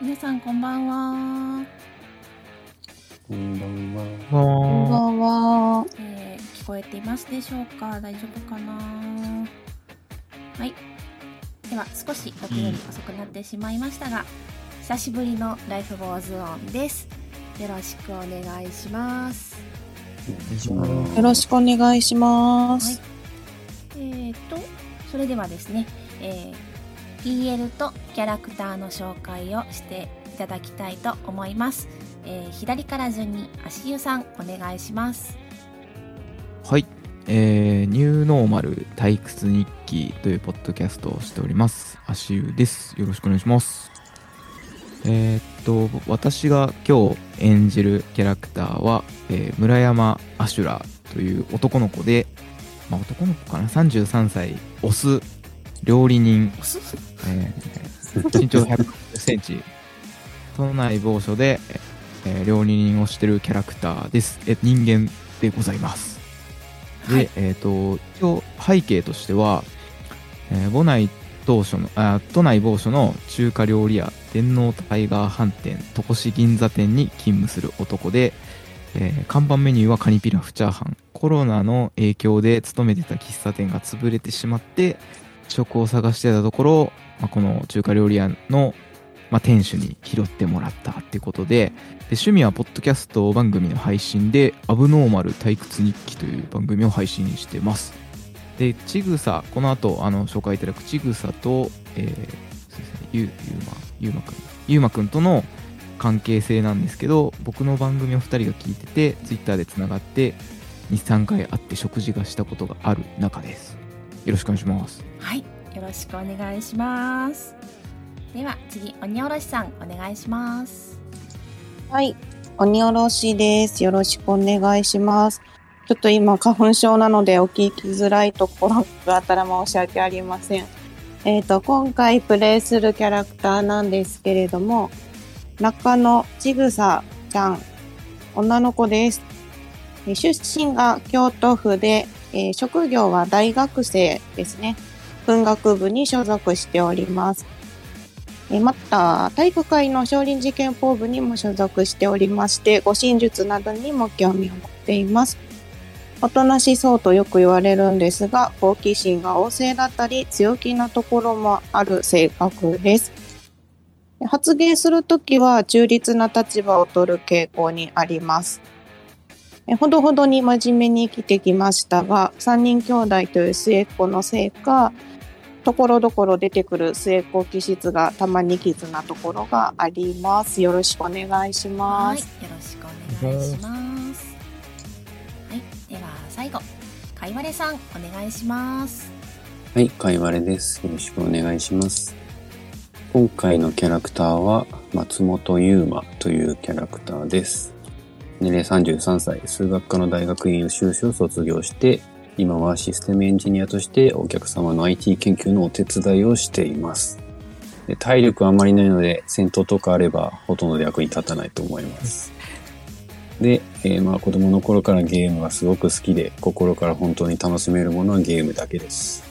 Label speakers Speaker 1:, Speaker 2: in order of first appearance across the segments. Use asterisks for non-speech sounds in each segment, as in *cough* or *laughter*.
Speaker 1: 皆さんこんばんは。
Speaker 2: こんばんは。
Speaker 3: こんば
Speaker 4: も
Speaker 3: んは。
Speaker 1: えー聞こえていますでしょうか大丈夫かなはい。では、少し僕より遅くなってしまいましたが、久しぶりのライフボーズオンです。よろしくお願いします。
Speaker 3: よろしくお願いします。
Speaker 1: えー、とそれではですね、えー PL とキャラクターの紹介をしていただきたいと思います、えー左から順に足湯さんお願いします
Speaker 4: うはい、えーニューノーマル退屈日記というポッドキャストをしております足湯ですよろしくお願いしますえーっと私が今日演じるキャラクターは、えー村山アシュラという男の子で、まあ、男の子かな33歳オス料理人
Speaker 1: おす
Speaker 4: えー身長1 0 0センチ都内某所で、えー料理人をしてるキャラクターですえ人間でございますで、
Speaker 1: はい
Speaker 4: えっ、と一応背景としては、えー、母内当初のあ都内某所の中華料理屋天皇タイガー飯店戸越銀座店に勤務する男で、えー看板メニューはカニピラフチャーハンコロナの影響で勤めてた喫茶店が潰れてしまって職を探してたところ、まあ、この中華料理屋の、まあ、店主に拾ってもらったってことでで趣味はポッドキャスト番組の配信で「アブノーマル退屈日記」という番組を配信してますでちぐさこの後あの紹介いただくちぐさと、えーそうですねゆうゆうまゆうまくんゆうまくんとの関係性なんですけど僕の番組を2人が聞いててツイッターでつながって23回会って食事がしたことがある中ですよろしくお願いします
Speaker 1: はいよろしくお願いしますでは次鬼おろしさんお願いします
Speaker 3: はい。鬼おろしです。よろしくお願いします。ちょっと今、花粉症なので、お聞きづらいところがあったら申し訳ありません。えっ、と、今回プレイするキャラクターなんですけれども、中野ちぐさちゃん、女の子です。えー出身が京都府で、えー職業は大学生ですね。文学部に所属しております。えーまた、体育会の少林寺拳法部にも所属しておりまして、護身術などにも興味を持っています。おとなしそうとよく言われるんですが、好奇心が旺盛だったり、強気なところもある性格です。で発言するときは中立な立場を取る傾向にあります。えほどほどに真面目に生きてきましたが、3人兄弟という末っ子のせいか、ところどころ出てくる末っ子気質がたまに傷なところがあります。よろしくお願いし
Speaker 1: は
Speaker 3: ま
Speaker 1: い
Speaker 3: す。
Speaker 1: よろしくお願いしますはいでは最後かいわれさんお願いします
Speaker 2: はい、かいわれです。よろしくお願いします。今回のキャラクターは、松本優馬というキャラクターです。年齢33歳、数学科の大学院を修士を卒業して、今はシステムエンジニアとしてお客様の IT 研究のお手伝いをしています。で体力はあまりないので、戦闘とかあればほとんど役に立たないと思います。で、えーまあ子供の頃からゲームがすごく好きで、心から本当に楽しめるものはゲームだけです。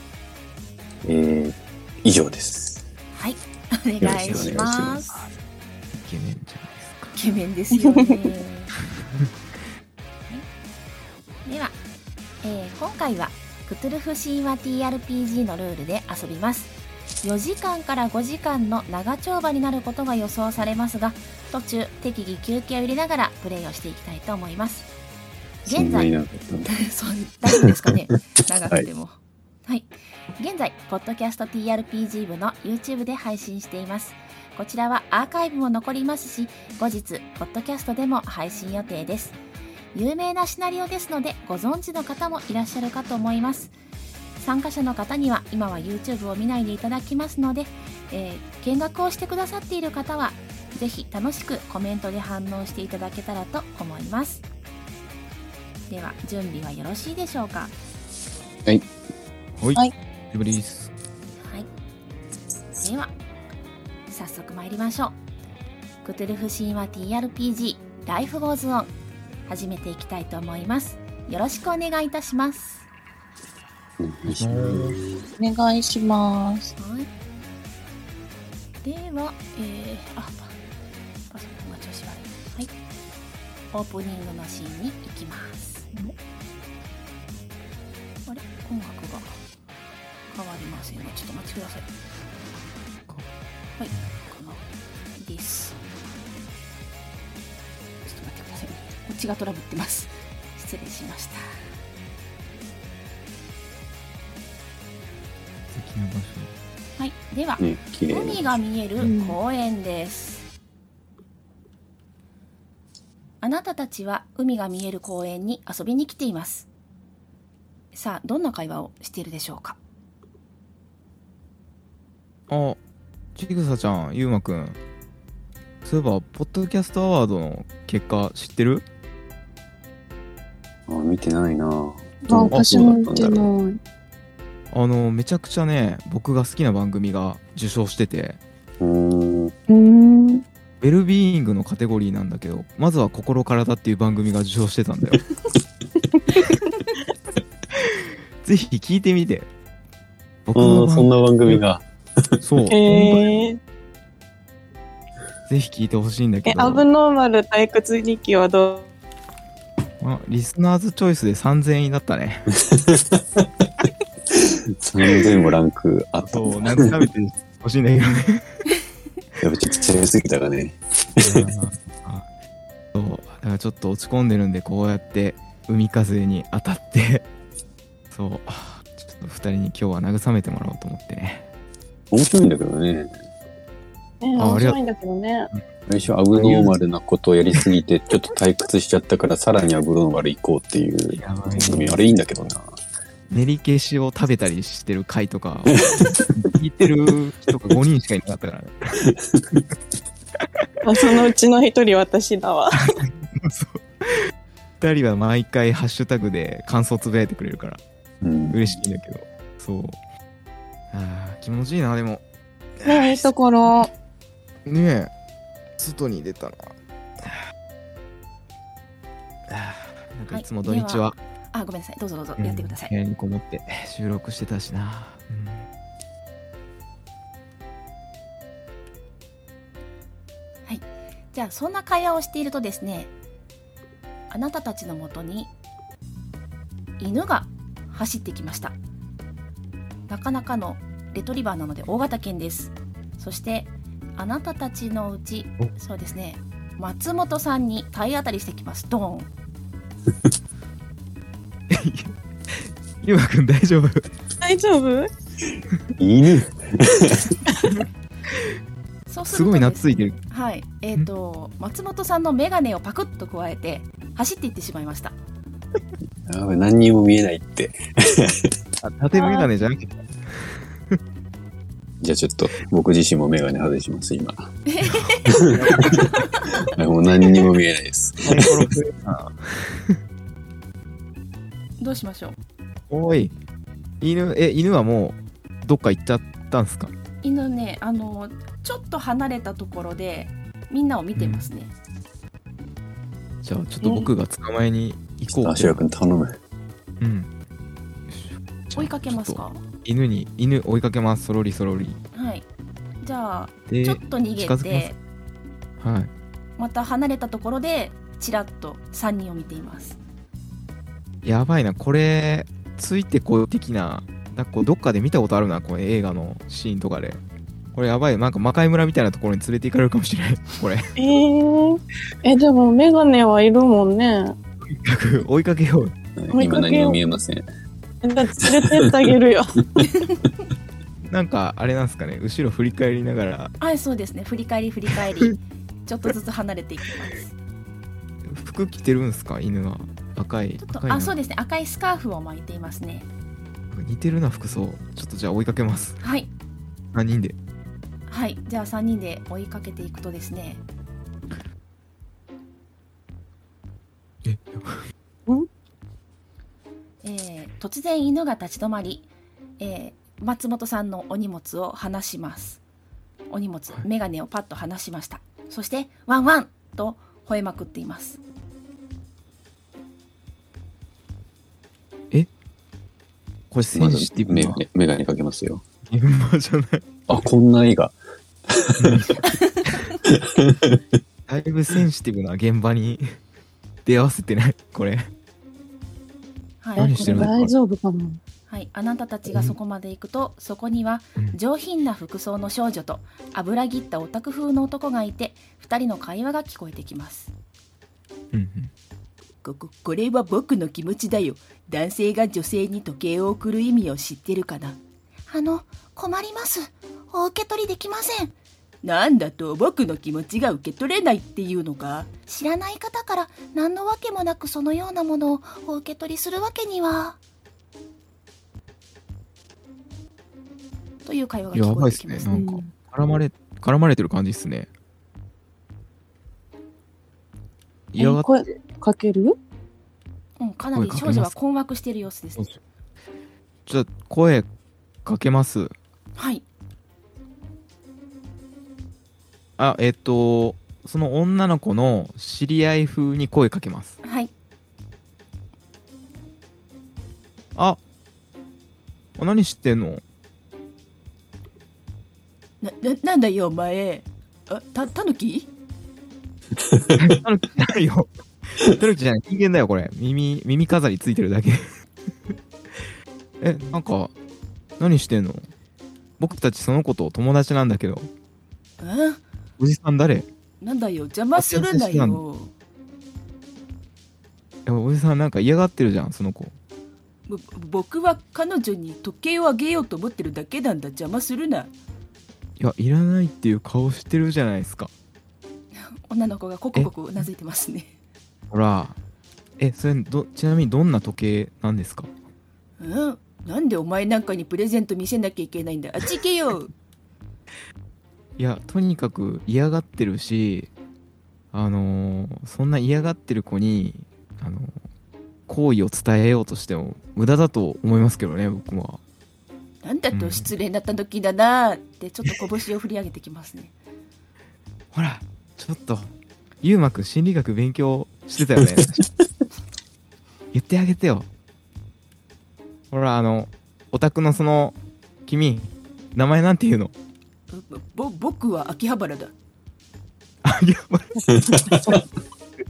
Speaker 2: えー以上です。
Speaker 1: はいお願いします
Speaker 4: イケメンじゃないですか
Speaker 1: イケメンですよね。はいでは、えー今回はクトゥルフ神話 TRPG のルールで遊びます。4時間から5時間の長丁場になることが予想されますが、途中適宜休憩を入れながらプレイをしていきたいと思います。
Speaker 2: そ
Speaker 1: 現
Speaker 2: んなに
Speaker 1: 在、
Speaker 2: なかったんだ
Speaker 1: そう大丈夫ですかね長くても。はい、現在、ポッドキャスト TRPG 部の YouTube で配信しています。こちらはアーカイブも残りますし、後日、ポッドキャストでも配信予定です。有名なシナリオですので、ご存知の方もいらっしゃるかと思います。参加者の方には、今は YouTube を見ないでいただきますので、えー見学をしてくださっている方は、ぜひ楽しくコメントで反応していただけたらと思います。では、準備はよろしいでしょうか
Speaker 4: はい
Speaker 3: は
Speaker 4: はい
Speaker 3: い
Speaker 4: ブリース
Speaker 1: はい。では、早速参りましょう。クトゥルフ神話 TRPG ライフゴーズオン始めていきたいと思います。よろしくお願いいたします。
Speaker 2: お願いします
Speaker 3: お願いします。
Speaker 1: はい。では、えー、あパパソコンが調子悪いはいオープニングのシーンに行きますあれ音楽が変わりませんねちょっとお待ちくださいはいこのですちょっと待ってくださいねこっちがトラブってます失礼しました
Speaker 4: 素敵な場所。
Speaker 1: はいでは
Speaker 2: ね、綺麗
Speaker 1: 海
Speaker 2: に。
Speaker 1: が見える公園です、あなたたちは海が見える公園に遊びに来ていますさあどんな会話をしているでしょうか
Speaker 4: あ、ちぐさちゃん、ゆうまくん。そういえば、ポッドキャストアワードの結果知ってる
Speaker 2: あ、見てないなぁ。
Speaker 3: あ、
Speaker 2: どう
Speaker 3: 私も
Speaker 2: ど
Speaker 3: 見
Speaker 2: う
Speaker 3: て
Speaker 2: だったんだろ
Speaker 3: ない。
Speaker 4: あの、めちゃくちゃね、僕が好きな番組が受賞してて、
Speaker 2: ううーん。
Speaker 3: うーん。
Speaker 4: ウェルビーイングのカテゴリーなんだけど、まずは心からだっていう番組が受賞してたんだよ。ぜひ聞いてみて。僕
Speaker 2: あ
Speaker 4: の
Speaker 2: ーそん
Speaker 4: 番
Speaker 2: な番組が。
Speaker 4: そう、
Speaker 3: えー、
Speaker 4: ぜひ聞いてほしいんだけ
Speaker 3: え、
Speaker 4: ど。
Speaker 3: アブノーマル退屈日記はど
Speaker 4: あリスナーズチョイスで3000円になったね。
Speaker 2: 3000もランクあったんだ。
Speaker 4: そう、 *laughs* なんか食べてほしいんだけどね。
Speaker 2: いや、別に強すぎたかね。
Speaker 4: *laughs* あそう、だからちょっと落ち込んでるんで、こうやって海風に当たって、そう、あちょっと二人に今日は慰めてもらおうと思ってね。
Speaker 2: 面白いんだけどね。
Speaker 3: うね、
Speaker 4: あ
Speaker 3: 面
Speaker 4: ありが
Speaker 3: 白いんだけどね。 *laughs*
Speaker 2: 最初、アブノーマルなことをやりすぎ *laughs* て、ちょっと退屈しちゃったから、さらにアブノーマル行こうっていう
Speaker 4: やばい
Speaker 2: 番組。あれいいんだけどな。
Speaker 4: 練り消しを食べたりしてる回とか、聞いてる人が5人しかいなかったからね。 *laughs*
Speaker 3: あそのうちの一人私だわ。
Speaker 4: そう二人は毎回ハッシュタグで感想つぶやいてくれるから。
Speaker 2: うん。
Speaker 4: 嬉しいんだけどそうあー気持ちいいなでも
Speaker 3: ねいいところ。
Speaker 4: ねえ外に出たな *sighs* あーなんかいつも土日は,、
Speaker 1: あごめんなさいどうぞどうぞ
Speaker 4: うん
Speaker 1: やってください、
Speaker 4: 部屋にこもって収録してたしな、うん
Speaker 1: じゃあそんな会話をしているとですねあなたたちのもとに犬が走ってきましたなかなかのレトリバーなので大型犬ですそしてあなたたちのうちそうですね松本さんに体当たりしてきますドーン
Speaker 4: ゆうまくん大丈夫
Speaker 3: 大丈夫
Speaker 2: 犬
Speaker 1: そうす
Speaker 4: す
Speaker 1: ると
Speaker 4: ごい
Speaker 1: です
Speaker 4: 懐いてる
Speaker 1: はいえっ、と松本さんの眼鏡をパクッと加えて走っていってしまいました
Speaker 2: やばい何にも見えないって。
Speaker 4: あ縦眼鏡じゃなくて
Speaker 2: じゃあちょっと、僕自身もメガネ外します、 *laughs* 今。もう何にも見えないです。
Speaker 1: どうしましょう
Speaker 4: *laughs* おい犬え犬はもうどっか行っちゃったんすか
Speaker 1: 犬ねあのちょっと離れたところでみんなを見てますね、
Speaker 4: じゃあちょっと僕が捕まえに行こう
Speaker 2: あ、シュラ君頼む。
Speaker 4: うん
Speaker 1: 追いかけますか
Speaker 4: 犬に犬追いかけますそろりそろり
Speaker 1: はいじゃあ
Speaker 4: で
Speaker 1: ちょっと
Speaker 4: 近
Speaker 1: 逃げ
Speaker 4: づきます
Speaker 1: て
Speaker 4: はい
Speaker 1: また離れたところでちらっと3人を見ています
Speaker 4: やばいなこれついてこう的ななんかこうどっかで見たことあるなこの映画のシーンとかでこれやばいなんか魔界村みたいなところに連れて行かれるかもしれないこれ *laughs*
Speaker 3: えー、え、でもメガネはいるもんね。
Speaker 4: 追いかけよう
Speaker 3: 追いかけ
Speaker 2: 今何
Speaker 3: よう
Speaker 2: も見えません。
Speaker 3: だって連れてってあげる
Speaker 4: *laughs*
Speaker 3: よ。
Speaker 4: なんかあれなんですかね後ろ振り返りながら
Speaker 1: はいそうですね振り返り振り返
Speaker 4: *laughs*
Speaker 1: りちょっとずつ離れていきます
Speaker 4: 服着てるんすか犬は赤い
Speaker 1: ちょっ
Speaker 4: 赤い
Speaker 1: と
Speaker 4: な
Speaker 1: あそうですね赤いスカーフを巻いていますね
Speaker 4: 似てるな服装ちょっとじゃあ追いかけます
Speaker 1: はい
Speaker 4: 何人で
Speaker 1: はいじゃあ3人で追いかけていくとですね
Speaker 4: えや
Speaker 1: えー突然犬が立ち止まり、えー松本さんのお荷物を離しますお荷物
Speaker 4: はい
Speaker 1: メガネをパッと離しましたそしてワンワンと吠えまくっています
Speaker 4: これセンシティブ
Speaker 2: メ
Speaker 4: な
Speaker 2: メガネかけますよ。
Speaker 4: 現場じゃない
Speaker 2: *laughs* あ、こんな絵が。
Speaker 4: だいぶセンシティブな現場に *laughs* 出会わせてないこれ。
Speaker 1: はい、
Speaker 4: 何してるの
Speaker 1: これは
Speaker 3: 大丈夫かな
Speaker 1: はい、あなたたちがそこまで行くと、そこには上品な服装の少女と油切ったオタク風の男がいて2人の会話が聞こえてきます
Speaker 4: うんうん
Speaker 1: こここれは僕の気持ちだよ男性が女性に時計を送る意味を知ってるかなあの困りますお受け取りできませんなんだと僕の気持ちが受け取れないっていうのか知らない方から何のわけもなくそのようなものをお受け取りするわけにはという会話が聞こえてきます
Speaker 4: やばいっすねなん
Speaker 3: か
Speaker 1: うん
Speaker 4: 絡まれ絡まれてる感じですね。嫌が
Speaker 3: え
Speaker 4: っ
Speaker 3: 声かける
Speaker 1: うん、かなり少女は困惑している様子ですね。
Speaker 4: ちょっと声かけます。
Speaker 1: はい。
Speaker 4: あ、えっ、と、その女の子の知り合い風に声かけます。
Speaker 1: はい。
Speaker 4: あ、あ何してんの
Speaker 1: な、な、なんだよ、お前。あ、た、たぬき
Speaker 4: タヌキじゃないよ。タヌキじゃない。人間だよ、これ。耳、耳飾りついてるだけ。 *laughs* え、なんか、何してんの僕たちその子と友達なんだけど、
Speaker 1: う
Speaker 4: おじさん誰
Speaker 1: んなんだよ、邪魔するな
Speaker 4: あ全然知らん
Speaker 1: よ。
Speaker 4: えおじさんなんか嫌がってるじゃん、その子。
Speaker 1: ぼ僕は彼女に時計をあげようと思ってるだけなんだ、邪魔するな。
Speaker 4: いや、いらないっていう顔してるじゃないですか。
Speaker 1: 女の子がコクコクうなずいてますね。
Speaker 4: ほら。え、それど、ちなみにどんな時計なんですか
Speaker 1: うんなんでお前なんかにプレゼント見せなきゃいけないんだ。あっち行け
Speaker 4: *laughs*
Speaker 1: よ。
Speaker 4: いや、とにかく嫌がってるし、あのーそんな嫌がってる子に、あのー好意を伝えようとしても無駄だと思いますけどね、僕は。
Speaker 1: なんだと失礼なたぬきだなって、ちょっと拳を振り上げてきますね。
Speaker 4: ほら、ちょっと、ゆうまくん心理学勉強してたよね。言ってあげてよ。ほら、あの、オタクのその、君、名前なんて言うの
Speaker 1: ぼ、ぼ僕は秋葉原だ。
Speaker 4: あ、やばい。い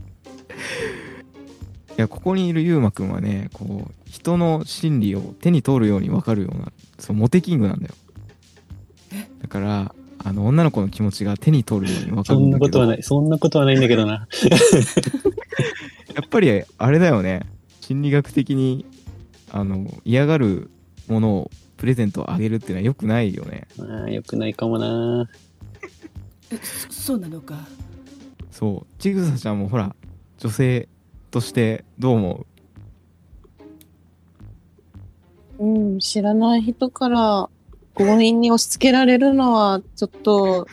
Speaker 4: や、ここにいるゆうまくんはね、こう、人の心理を手に取るように分かるような、そう、モテキングなんだよ。だから、あの、女の子の気持ちが手に取るように分か
Speaker 2: そ
Speaker 4: るん
Speaker 2: ん
Speaker 4: だ
Speaker 2: な
Speaker 4: け
Speaker 2: こと
Speaker 4: ど、
Speaker 2: は
Speaker 4: や
Speaker 2: ない、そんなことはないんだけどな。
Speaker 4: っぱり、あれだよね。心理学的に、あの、嫌がるものをプレゼントをあげるっていうのは良くないよね。
Speaker 2: ああ、よくないかもな。
Speaker 1: そそうなのか。
Speaker 4: そう。ちぐさちゃんもほら、女性としてどう思
Speaker 3: うん、知らない人から強引に押し付けられるのはちょっと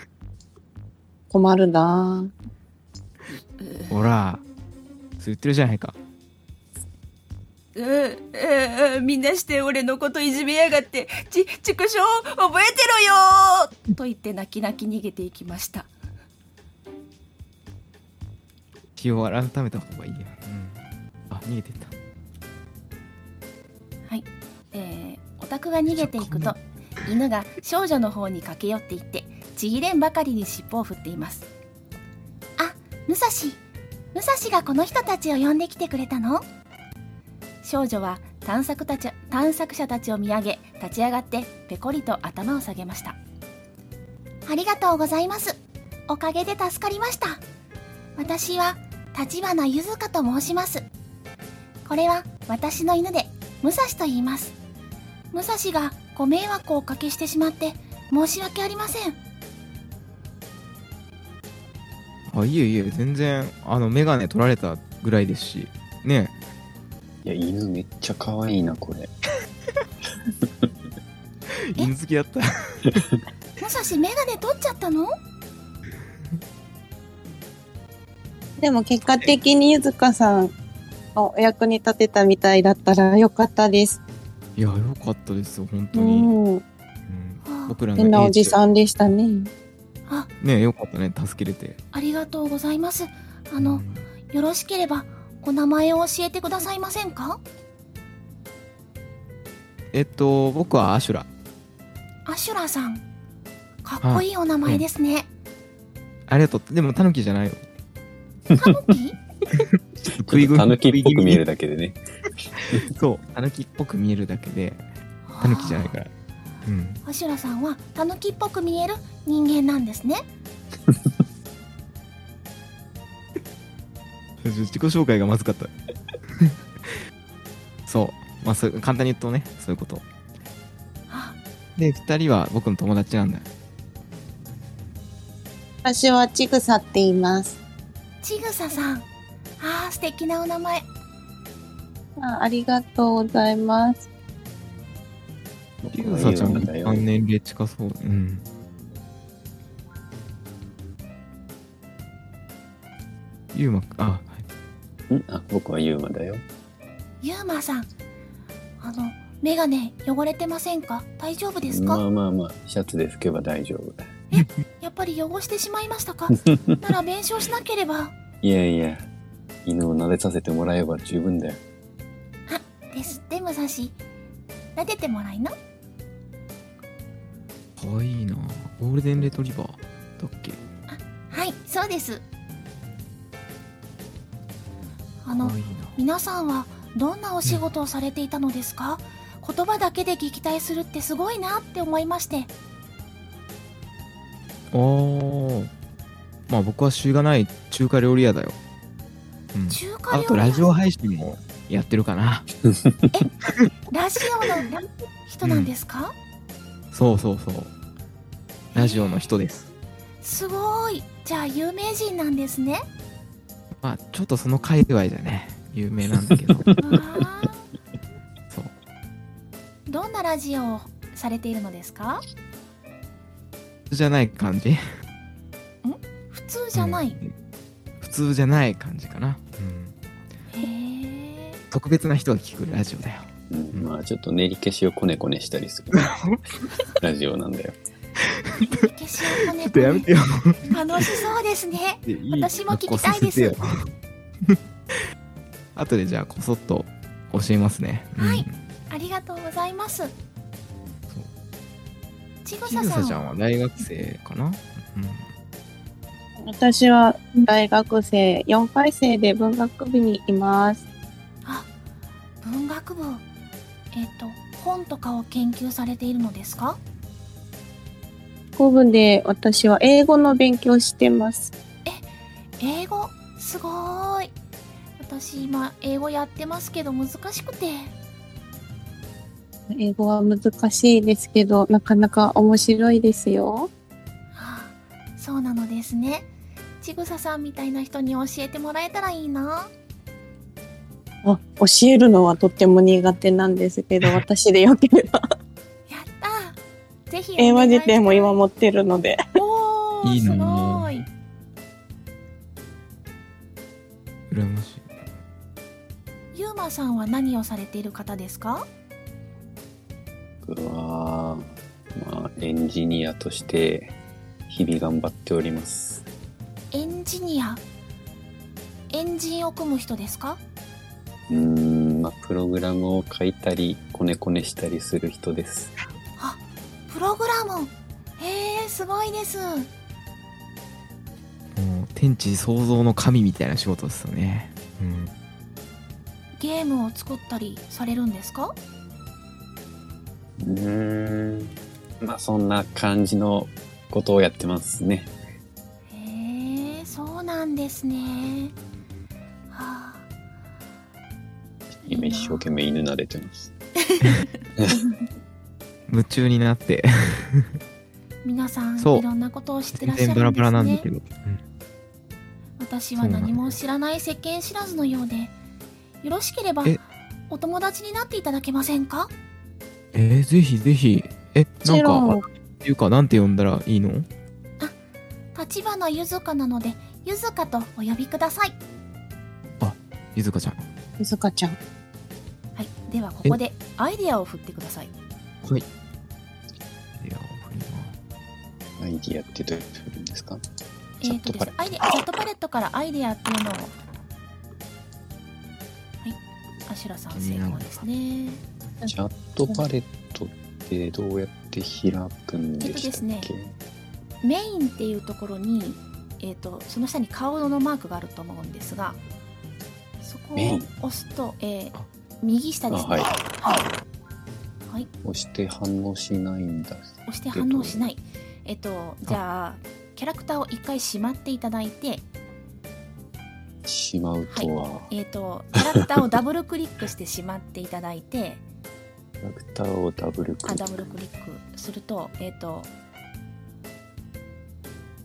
Speaker 3: 困るな。
Speaker 1: え
Speaker 4: うほら、そう言ってるじゃないか。
Speaker 1: ええみんなして俺のこといじめやがってち畜生覚えてろよと言って泣き泣き逃げていきました
Speaker 4: 気を改めた方がいいよ、あ逃げてった
Speaker 1: えー、オタクが逃げていくと犬が少女の方に駆け寄っていってちぎれんばかりに尻尾を振っていますあ武蔵武蔵がこの人たちを呼んできてくれたの少女は探索たち探索者たちを見上げ立ち上がってペコリと頭を下げましたありがとうございますおかげで助かりました私は立花ゆずかと申しますこれは私の犬で武蔵と言います武蔵がご迷惑をおかけしてしまって申し訳ありません
Speaker 4: あいいえいいえ全然あの眼鏡取られたぐらいですしね
Speaker 2: いや、犬めっちゃ可愛いな、これ。
Speaker 4: え犬好きだ *laughs* った
Speaker 1: 武蔵メガネ取っちゃったの
Speaker 3: でも結果的にゆずかさんのお役に立てたみたいだったらよかったです。
Speaker 4: いやよかったですよ本当
Speaker 3: う
Speaker 4: に、うん
Speaker 3: ん。
Speaker 4: 僕らの
Speaker 3: 変なおじ
Speaker 4: ん
Speaker 3: さんでしたね。
Speaker 4: ねよかったね助けれて
Speaker 1: ありがとうございますあ
Speaker 4: う
Speaker 1: の
Speaker 4: ん
Speaker 1: よろしければお名前を教えてくださいませんか
Speaker 4: えっと僕はアシュラ
Speaker 1: アシュラさんかっこいいお名前ですね。
Speaker 4: ありがとう。でも、タヌキじゃないよ。
Speaker 1: タヌキ
Speaker 4: 食い
Speaker 2: ちょ
Speaker 4: 食
Speaker 2: っ
Speaker 4: い
Speaker 2: とタヌキっぽく見えるだけでね。
Speaker 4: そう、タヌキっぽく見えるだけで、 *laughs* タヌキじゃないから。うん。
Speaker 1: あしらさんはたぬきっぽく見える人間なんですね
Speaker 4: 自己紹介がまずかった。 *laughs* そう。まあ、そう簡単に言うとね、そういうこと。
Speaker 1: あ
Speaker 4: で、二人は僕の友達なんだよ。
Speaker 3: 私はちぐさって言います。
Speaker 1: ちぐささんあー素敵なお名前
Speaker 3: あありがとうございます。
Speaker 4: ちぐさちゃん、
Speaker 2: だよ
Speaker 4: 3。年齢近そう。うん。ゆうまく、あ、はい
Speaker 2: んあ、僕はユーマだよ。
Speaker 1: ゆうまさんあのメガネ汚れてませんか大丈夫ですか、
Speaker 2: まあまあまあ、シャツで拭けば大丈夫。
Speaker 1: やっぱり汚してしまいました
Speaker 4: *laughs*
Speaker 1: かなら弁償しなければ
Speaker 2: いやいや、犬を撫でさせてもらえば十分だよ。
Speaker 1: ですって武蔵撫でてもらいな
Speaker 4: かわいいなゴールデンレトリバーだっけ
Speaker 1: はいそうですあ
Speaker 4: か
Speaker 1: の
Speaker 4: わいい
Speaker 1: 皆さんはどんなお仕事をされていたのですか言葉だけで撃退するってすごいなって思いまして
Speaker 4: なおーまあ僕は週がない中華料理屋だよ、うん、
Speaker 1: 中華
Speaker 4: あ
Speaker 1: 料理
Speaker 4: とラジオ配信もやってるかな
Speaker 1: ラジオのラ人なんですか、
Speaker 4: そうそうそうラジオの人です
Speaker 1: すごいじゃあ有名人なんです
Speaker 4: *laughs*
Speaker 1: ね
Speaker 4: まあちょっとその界隈じゃね有名なんだ
Speaker 2: *laughs*
Speaker 4: けど
Speaker 1: うわー
Speaker 4: そう
Speaker 1: どんなラジオをされているのですか
Speaker 4: じゃない感じ
Speaker 1: 普通じゃない、
Speaker 4: うん普通じゃない感じかな、うん、
Speaker 1: へえ
Speaker 4: 特別な人が聞くラジオだよ
Speaker 2: うん、まあちょっと練り消しをこねこねしたりす *laughs* るラジオなんだよ。
Speaker 1: 消しをこねこね
Speaker 4: よ
Speaker 1: 楽しそうです
Speaker 4: *laughs*
Speaker 1: ね私も聞きたいです
Speaker 4: あ *laughs* 後でじゃあこそっと教えますね、うん
Speaker 1: はいありがとうございますちぐ
Speaker 4: ち
Speaker 1: さ
Speaker 4: ぐ
Speaker 1: さ
Speaker 4: さちゃ
Speaker 1: ん
Speaker 4: んは大学生かな、
Speaker 3: 私は大学生4回生で文学部にいます。
Speaker 1: あ文学部えっ、と本とかを研究されているのですか
Speaker 3: 古文で私は英語の勉強してます。
Speaker 1: 英語すごーい私今英語やってますけど難しくて
Speaker 3: 英語は難しいですけど、なかなか面白いですよ。
Speaker 1: ああそうなのですねちぐささんみたいな人に教えてもらえたらいいな
Speaker 3: あ、教えるのはとっても苦手なんですけど、私でよければ。
Speaker 1: やったーぜひお願い
Speaker 3: 英和辞典も今持ってるので。
Speaker 1: お
Speaker 4: うん、
Speaker 1: ー
Speaker 4: いい
Speaker 1: す
Speaker 4: な
Speaker 1: ご
Speaker 4: ぁ
Speaker 1: ーい
Speaker 4: 羨ましい
Speaker 1: ゆうまさんは何をされている方ですか
Speaker 2: 僕は、まあエンジニアとして日々頑張っております。
Speaker 1: エンジニアエンジンを組む人ですか
Speaker 2: うーん、まあプログラムを書いたり、こねこねしたりする人です。
Speaker 1: プログラムへえすごいです
Speaker 4: もう天地創造の神みたいな仕事ですよね、うん、
Speaker 1: ゲームを作ったりされるんですか
Speaker 2: うーん、まあそんな感じのことをやってますね。
Speaker 1: へえそうなんですねはあ
Speaker 2: 今一生懸命犬撫でてます。
Speaker 4: 夢中になって
Speaker 1: 皆さんい
Speaker 4: そう
Speaker 1: ろんなことを知ってら
Speaker 4: 全
Speaker 1: っしゃるんですね
Speaker 4: 然バラバラなんだけど、
Speaker 1: 私は何も知らない世間知らずのようでよろしければ
Speaker 4: え
Speaker 1: お友達になっていただけませんか
Speaker 4: えー、ぜひぜひえなん
Speaker 3: もちろ
Speaker 4: かっ
Speaker 3: ん
Speaker 4: ていうかなんて呼んだらいいの
Speaker 1: 立花ゆずかなのでゆずかとお呼びください
Speaker 4: ゆずかちゃん
Speaker 3: ゆずかちゃん。
Speaker 1: はいではここでアイデアを振ってください
Speaker 4: いや送ります
Speaker 2: アイディアってどうやってるんですか
Speaker 1: えーとですねアイデアチャットパレットからアイデアっていうのをはいアシュラさん成功ですね
Speaker 2: チャットパレットってどうやって開くんでしたっけ、
Speaker 1: えっとですメインっていうところに、えー、とその下に顔のマークがあると思うんですがそこ
Speaker 2: メイ
Speaker 1: を
Speaker 2: ン
Speaker 1: 押すと、えー
Speaker 2: あ
Speaker 1: 右下ですね、
Speaker 2: あはい
Speaker 1: はいはい
Speaker 2: 押して反応しないんだ。
Speaker 1: 押して反応しないえっ、とじゃあキャラクターを一回しまっていただいて
Speaker 2: しまうとは、
Speaker 1: えっ、とキャラクターをダブルクリックしてしまっていただい
Speaker 2: *laughs*
Speaker 1: て
Speaker 2: キャラクターをダブルク
Speaker 1: あ
Speaker 2: リ
Speaker 1: ダ
Speaker 2: ッ
Speaker 1: ブ
Speaker 2: ク。
Speaker 1: ルクリックするとえっ、と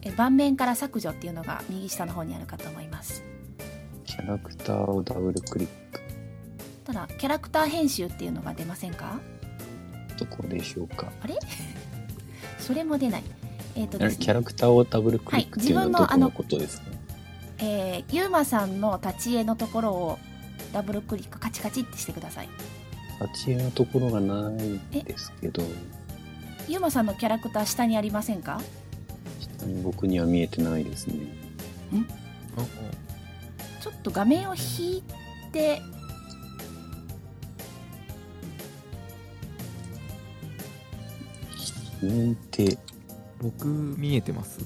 Speaker 1: え盤面から削除っていうのが右下の方にあるかと思います
Speaker 2: キャラクターをダブルクリック。
Speaker 1: ただキャラクター編集っていうのが出ませんか
Speaker 2: どこでしょうか。
Speaker 1: それも出ないえっ、と
Speaker 2: キ
Speaker 1: です
Speaker 2: ャ
Speaker 1: ね
Speaker 2: ラクターをダブルクリックっていうのは
Speaker 1: は
Speaker 2: ど
Speaker 1: い自
Speaker 2: こ
Speaker 1: 分の
Speaker 2: のことですか、
Speaker 1: えーゆうまさんの立ち絵のところをダブルクリックカチカチってしてください
Speaker 2: 立ち絵のところがないですけど、
Speaker 1: ゆうまさんのキャラクター下にありませんか
Speaker 2: 下に僕には見えてないですね。
Speaker 4: あ
Speaker 1: ちょっと画面を引いて
Speaker 2: 引いて、
Speaker 4: 僕見えてます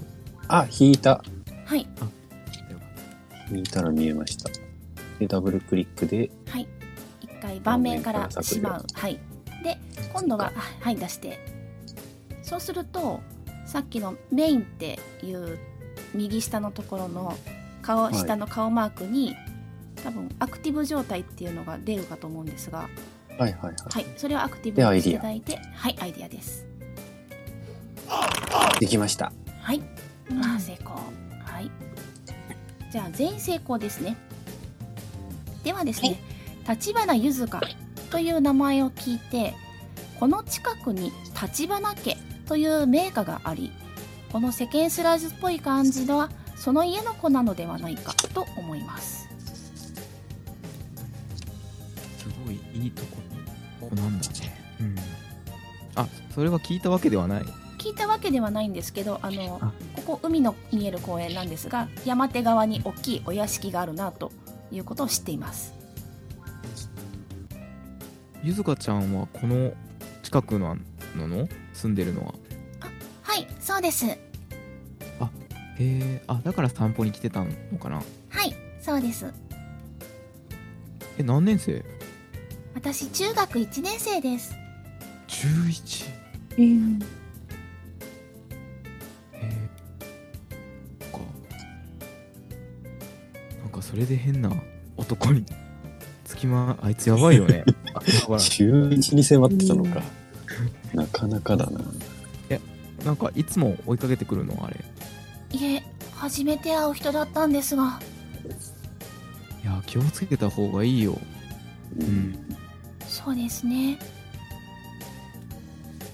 Speaker 2: あ、引いた。
Speaker 1: はい
Speaker 2: 引いたら見えました。で、ダブルクリックで、
Speaker 1: はい一回盤面から
Speaker 2: 盤面から
Speaker 1: し
Speaker 2: 削除
Speaker 1: まうはいで今度はあはい出してそうするとさっきのメインっていう右下のところの顔、
Speaker 2: い
Speaker 1: 下の顔マークに多分アクティブ状態っていうのが出るかと思うんですが
Speaker 2: はいはいはい。
Speaker 1: はいそれをアクティブにしていただいてはいアイディアです
Speaker 2: できました。
Speaker 1: はいあー成功はいじゃあ全員成功ですねではですね橘ゆずかという名前を聞いてこの近くに橘家という名家がありこの世間スライズっぽい感じのはその家の子なのではないかと思います
Speaker 4: すごいいいとこここなんだねうんあそれは聞いたわけではない
Speaker 1: 聞いたわけではないんですけどあの
Speaker 4: あ
Speaker 1: ここ海の見える公園なんですが山手側に大きいお屋敷があるなということを知っています
Speaker 4: ゆずかちゃんはこの近くののの住んでるのは
Speaker 1: はいそうです
Speaker 4: へえあだから散歩に来てたのかな
Speaker 1: はいそうです
Speaker 4: え何年生
Speaker 1: 私中学1年生です
Speaker 4: 中 1?
Speaker 3: うん
Speaker 4: えー、そっかなんかそれで変な男につきまあいつやばいよ *laughs* ねあだから
Speaker 2: 中1に迫ってたのか。なかなかだな。
Speaker 4: なんかいつも追いかけてくるのあれ
Speaker 1: いえ初めて会う人だったんですが
Speaker 4: いや気をつけた方がいいよ
Speaker 2: うん。
Speaker 1: そうですね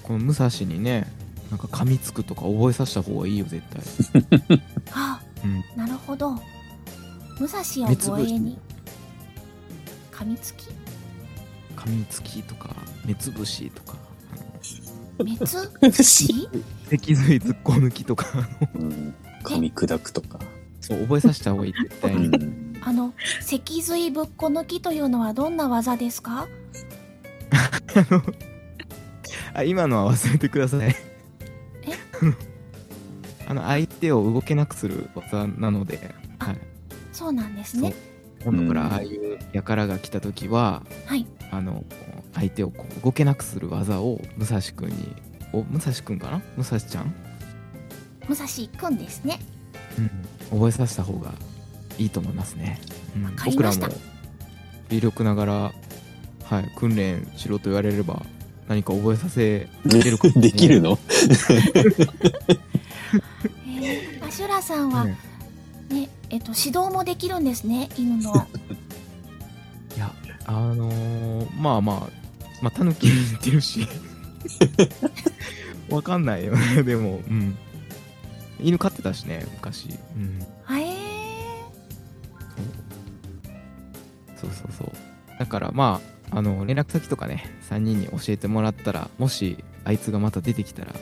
Speaker 4: この武蔵にねなんか噛みつくとか覚えさせた方がいいよ絶対
Speaker 1: あ
Speaker 4: うん
Speaker 1: なるほど武蔵を
Speaker 4: 目つ
Speaker 1: 護
Speaker 4: ぶ
Speaker 1: 衛
Speaker 4: し
Speaker 1: に噛みつき
Speaker 4: 噛みつきとか目つぶしとか
Speaker 1: 目つ
Speaker 3: 不思
Speaker 1: ぶし
Speaker 4: 脊髄ずっこ抜きとか
Speaker 2: *laughs*
Speaker 4: あ
Speaker 2: う
Speaker 4: の
Speaker 2: ん。噛み砕くとか。
Speaker 4: そう覚えさせた方がいい絶対
Speaker 2: う
Speaker 4: に
Speaker 2: ん。 *laughs*
Speaker 1: あの脊髄ぶっこ抜きというのはどんな技ですか
Speaker 4: あ今のは忘れてください
Speaker 1: え
Speaker 4: *laughs* あの相手を動けなくする技なので、はい、
Speaker 1: そうなんですね
Speaker 4: 今度からああいう輩が来た時は
Speaker 1: はい
Speaker 4: あの相手をこう動けなくする技を武蔵君にお武蔵君かな武蔵ちゃん、
Speaker 1: 武蔵くんですね
Speaker 4: 覚えさせた方がいいと思いますね、うん
Speaker 1: わかり
Speaker 4: 僕
Speaker 1: ま
Speaker 4: ら
Speaker 1: した
Speaker 4: も微力ながら、はい、訓練しろと言われれば何か覚えさせられるかもしれな
Speaker 2: *laughs* で
Speaker 4: い
Speaker 2: きるの
Speaker 1: え
Speaker 4: *laughs*
Speaker 1: ー、アシュラさんは
Speaker 4: うん
Speaker 1: ねえっと指導もできるんですね犬
Speaker 4: *laughs*
Speaker 1: の
Speaker 4: いやあのーまあまあまあタヌキに似てる *laughs* しわかんないよね *laughs* でもうん犬飼ってたしね昔うん
Speaker 1: あえ
Speaker 4: そうそうそうそうだからまああの連絡先とかね3人に教えてもらったらもしあいつがまた出てきたら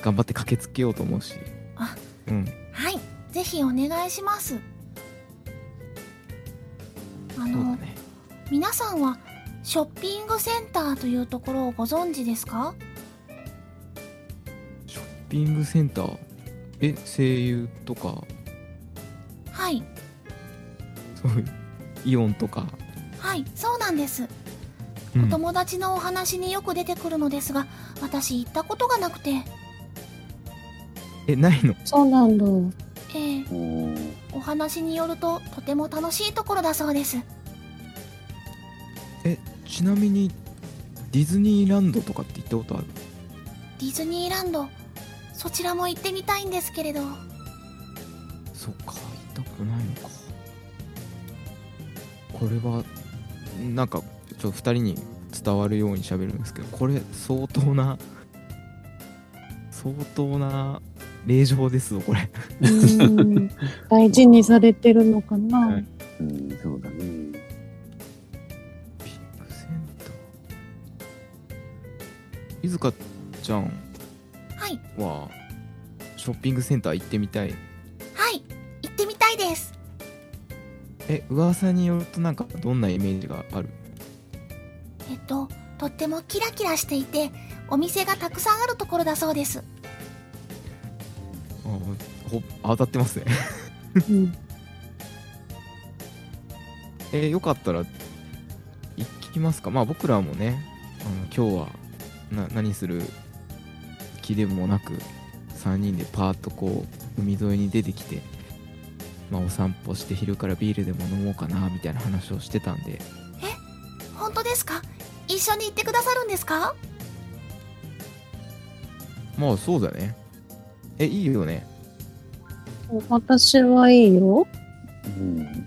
Speaker 4: 頑張って駆けつけようと思うし
Speaker 1: あ
Speaker 4: うん
Speaker 1: ー、はいぜひお願いしますあ
Speaker 4: そうだ
Speaker 1: の、
Speaker 4: ね
Speaker 1: 皆さんはショッピングセンターというところをご存知ですか
Speaker 4: ショッピングセンターえ、声優とか、
Speaker 1: はい
Speaker 4: そういう、イオンとか、
Speaker 1: はいそうなんです、
Speaker 4: うん
Speaker 1: お友達のお話によく出てくるのですが私行ったことがなくて
Speaker 4: え、ないの
Speaker 3: そうなんだ。
Speaker 1: ええ
Speaker 2: うん。
Speaker 1: お話によるととても楽しいところだそうです
Speaker 4: え、ちなみに、ディズニーランドとかって行ったことある
Speaker 1: ディズニーランドそちらも行ってみたいんですけれど
Speaker 4: そっか、行ったことないのか。これは、なんか、ちょっと2人に伝わるように喋るんですけど、これ、相当な、相当な令状ですぞ、これ。
Speaker 3: うん大事にされてるのかな。
Speaker 4: はい
Speaker 2: うん、そうだね。
Speaker 4: ピンクセンター。いずかちゃん
Speaker 1: はい
Speaker 4: は、ショッピングセンター行ってみたい。
Speaker 1: はい行ってみたいです
Speaker 4: え、噂によると、なんか、どんなイメージがある
Speaker 1: えっととってもキラキラしていてお店がたくさんあるところだそうです
Speaker 4: あほ当たってますね。 *laughs*
Speaker 3: うん
Speaker 4: えーよかったら行きますかまあ僕らもねあの今日はな何する気でもなく3人でパーッとこう海沿いに出てきて、まあ、お散歩して昼からビールでも飲もうかなみたいな話をしてたんで
Speaker 1: 本当ですか一緒に行ってくださるんですか
Speaker 4: まあそうだねえいいよね
Speaker 3: 私はいいよ。
Speaker 2: うん。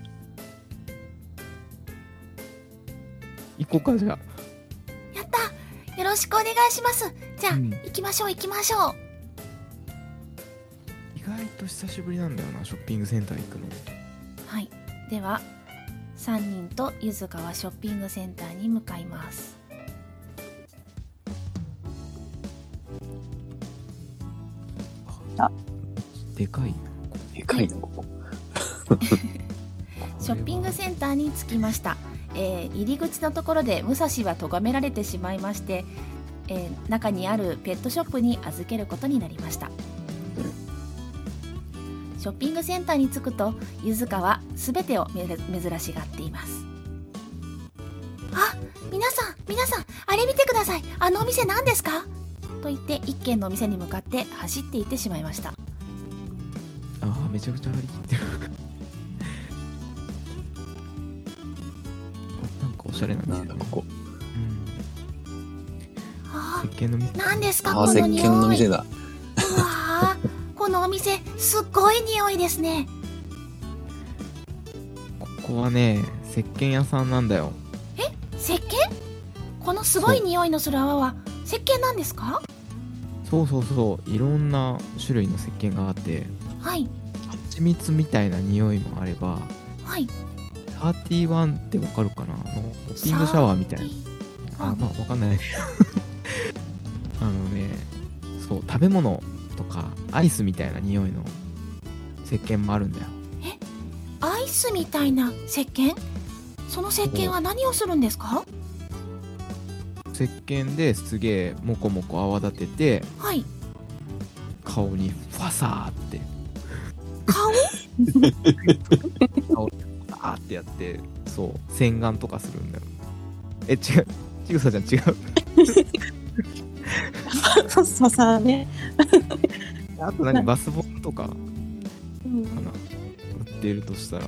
Speaker 4: 行こうかじゃあ
Speaker 1: やったよろしくお願いしますじゃあ、
Speaker 4: うん
Speaker 1: 行きましょう行きましょう
Speaker 4: 意外と久しぶりなんだよなショッピングセンター行くの
Speaker 1: はいでは3人とゆずかはショッピングセンターに向かいます
Speaker 4: でかい
Speaker 2: でかいな、ここ。
Speaker 1: ショッピングセンターに着きました、えー入り口のところで武蔵は咎められてしまいまして、えー中にあるペットショップに預けることになりましたショッピングセンターに着くとゆずかは全てをめれ珍しがっていますあ皆さん皆さんあれ見てくださいあのお店何ですかと言って一軒のお店に向かって走っていってしまいました
Speaker 4: ああめちゃくちゃ張り切ってるなんかおしゃれな
Speaker 2: な
Speaker 4: 店
Speaker 2: ん
Speaker 4: だ
Speaker 2: だ、
Speaker 4: ね
Speaker 2: ここ。
Speaker 4: うん
Speaker 1: あ
Speaker 4: 設計の店
Speaker 1: 何ですか
Speaker 2: あ
Speaker 1: こ
Speaker 2: あ、石
Speaker 1: の匂
Speaker 2: 鹸の
Speaker 1: い
Speaker 2: 店だ。
Speaker 1: うわあこのお店すっごい匂いですね
Speaker 4: ここはね石鹸屋さんなんだよ
Speaker 1: 石鹸このすごい匂いのする泡は石鹸なんですか
Speaker 4: そうそうそういろんな種類の石鹸があって
Speaker 1: はい
Speaker 4: 蜂蜜みたいな匂いもあれば
Speaker 1: はい
Speaker 4: 31ってわかるかなあのポッピングシャワーみたいなあまあわかんない *laughs* あのねそう食べ物とかアイスみたいな匂いの石鹸もあるんだよ
Speaker 1: アイスみたいな石鹸その石鹸は何をするんですか
Speaker 4: 石鹸ですげえモコモコ泡立てて
Speaker 1: はい
Speaker 4: 顔にファサーって
Speaker 1: 顔
Speaker 4: あーってやってそう洗顔とかするんだよえ違うちぐさちゃん違う
Speaker 3: そうそうさね。
Speaker 4: あと何バスボムとか
Speaker 3: うん
Speaker 4: かな売ってるとしたら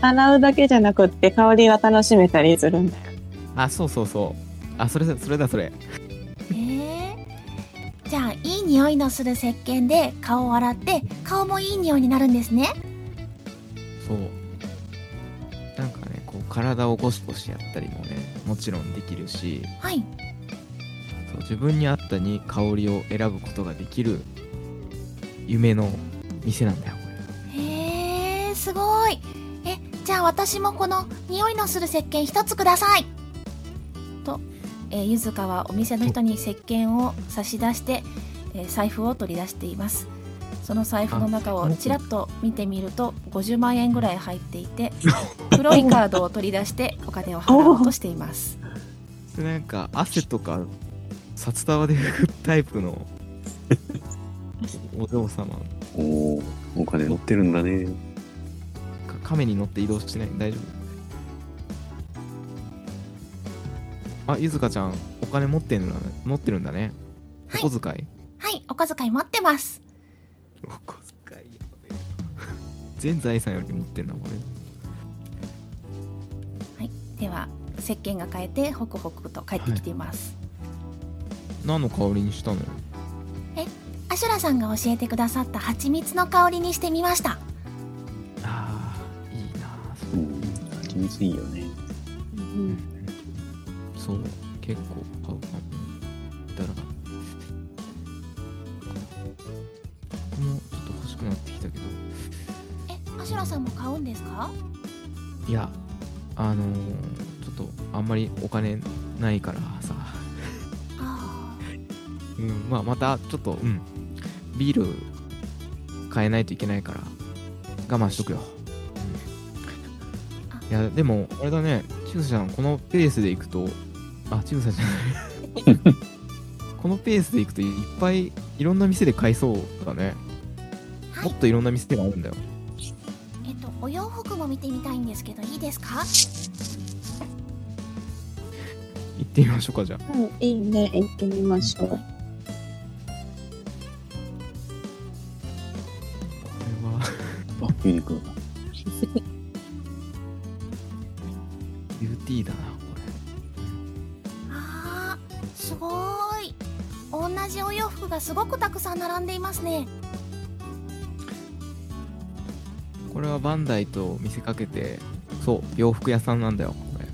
Speaker 3: 洗うだけじゃなくって香りは楽しめたりするんだよ。
Speaker 4: あそうそうそうあそれだそれだそれ
Speaker 1: えーじゃあいい匂いのする石鹸で顔を洗って顔もいい匂いになるんですね
Speaker 4: そうなんかねこう体をゴシゴシやったりもねもちろんできるし
Speaker 1: はい
Speaker 4: そう自分に合ったに香りを選ぶことができる夢の店なんだよこれ
Speaker 1: へえー、すごいえじゃあ私もこの匂いのする石鹸一つくださいと、えー、ゆずかはお店の人に石鹸を差し出して、えー財布を取り出していますその財布の中をちらっと見てみると50万円ぐらい入っていて黒いカードを取り出してお金を払おうとしています
Speaker 4: でなんか汗とか *laughs* 札束で拭くタイプのお嬢様
Speaker 2: おーお金持ってるんだね。
Speaker 4: か亀に乗って移動してない大丈夫あゆずかちゃんお金持ってんの持ってるんだね
Speaker 1: はい
Speaker 4: お小遣い
Speaker 1: はい、お小遣い持ってます。
Speaker 4: お小遣いやべえ全財産より持ってんなこれ
Speaker 1: では、石鹸が変えてホクホクと帰ってきています。
Speaker 4: 何の香りにしたの
Speaker 1: アシュラさんが教えてくださった蜂蜜の香りにしてみました。
Speaker 4: あーいいなあそうれ
Speaker 2: ん。蜂蜜いいよね。
Speaker 3: うん
Speaker 4: そう結構買うかもだらこれもちょっと欲しくなってきたけど
Speaker 1: え、アシュラさんも買うんですか？
Speaker 4: いやあのーちょっとあんまりお金ないからさ、
Speaker 1: あ
Speaker 4: うん、まあまたちょっとうんビール買えないといけないから我慢しとくよ、うん、いやでもあれだねちぐさちゃんこのペースでいくとあちぐさちゃん *laughs* このペースでいくといっぱいいろんな店で買いそうだね
Speaker 1: あ、は
Speaker 4: もっ
Speaker 1: い。
Speaker 4: といろんな店があるんだよ
Speaker 1: えっとお洋服も見てみたいんですけどいいですか？
Speaker 4: 行ってみましょうかじゃあ
Speaker 3: うんいいね行ってみましょう
Speaker 4: これは
Speaker 2: あ、牛肉。
Speaker 4: ビューティーだなこ
Speaker 1: あー、すごーい。同じお洋服がすごくたくさん並んでいますね。
Speaker 4: れこれはバンダイと見せかけてそう洋服屋さんなんだよこれ、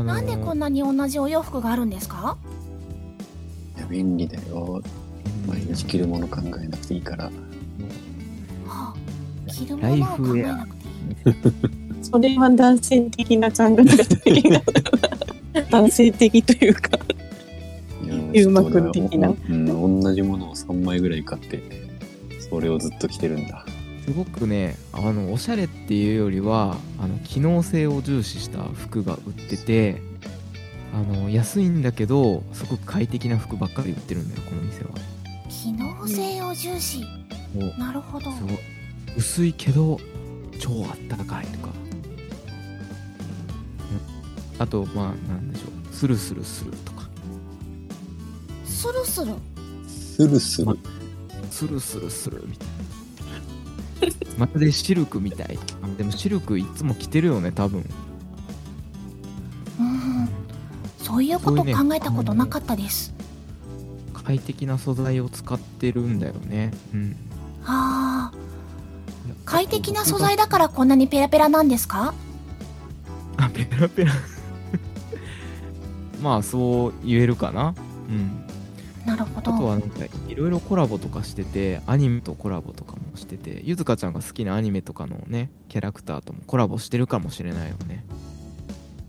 Speaker 4: うんあのー
Speaker 1: なんでこんなに同じお洋服があるんですか？
Speaker 2: いや、便利だよ。毎日着るもの考えなくていいから。
Speaker 1: はあ、着る
Speaker 4: ラ
Speaker 1: も
Speaker 4: イ
Speaker 1: のを考
Speaker 4: フ
Speaker 1: え
Speaker 4: ウェア
Speaker 1: なくていい。
Speaker 3: それは男性的な考え方男性的というかゆうまくん的な
Speaker 2: うん、同じものを3枚ぐらい買って、それをずっと着てるんだ。
Speaker 4: すごくねあのおしゃれっていうよりはあの機能性を重視した服が売っててあの安いんだけどすごく快適な服ばっかり売ってるんだよこの店は
Speaker 1: 機能性を重視。
Speaker 4: もう
Speaker 1: なるほど。
Speaker 4: すごい薄いけど超あったかいとか、うんあとまあなんでしょうスルスルするとか
Speaker 1: スルスル。
Speaker 2: スルスル。
Speaker 4: スルスルするみたいな *laughs* まるでシルクみたいあでもシルクいつも着てるよね多分
Speaker 1: うん、そういうこと
Speaker 4: そういうね
Speaker 1: 考えたことなかったです。
Speaker 4: 快適な素材を使ってるんだよねうん
Speaker 1: ああ、快適な素材だからこんなにペラペラなんですか？
Speaker 4: あペラペラ *laughs* まあそう言えるかなうん
Speaker 1: なるほど。
Speaker 4: あとはなんかいろいろコラボとかしててアニメとコラボとかもしててゆずかちゃんが好きなアニメとかのねキャラクターともコラボしてるかもしれないよね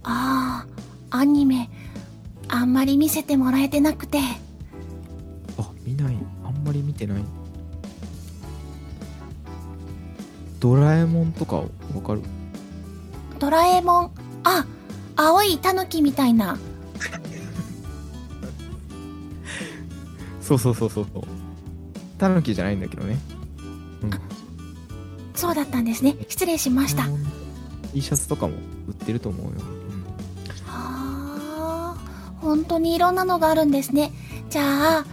Speaker 1: ああ、アニメ。あんまり見せてもらえてなくて。
Speaker 4: あ見ないあんまり見てないドラえもんとかわかる
Speaker 1: ドラえもん。あ、青いタヌキみたいな。
Speaker 4: そうそうそうそうそうタヌキじゃないんだけどね、うん、
Speaker 1: そうだったんですね。失礼しました。あ
Speaker 4: T シャツとかも売ってると思うよ、
Speaker 1: あー、本当にいろんなのがあるんですね。じゃあ、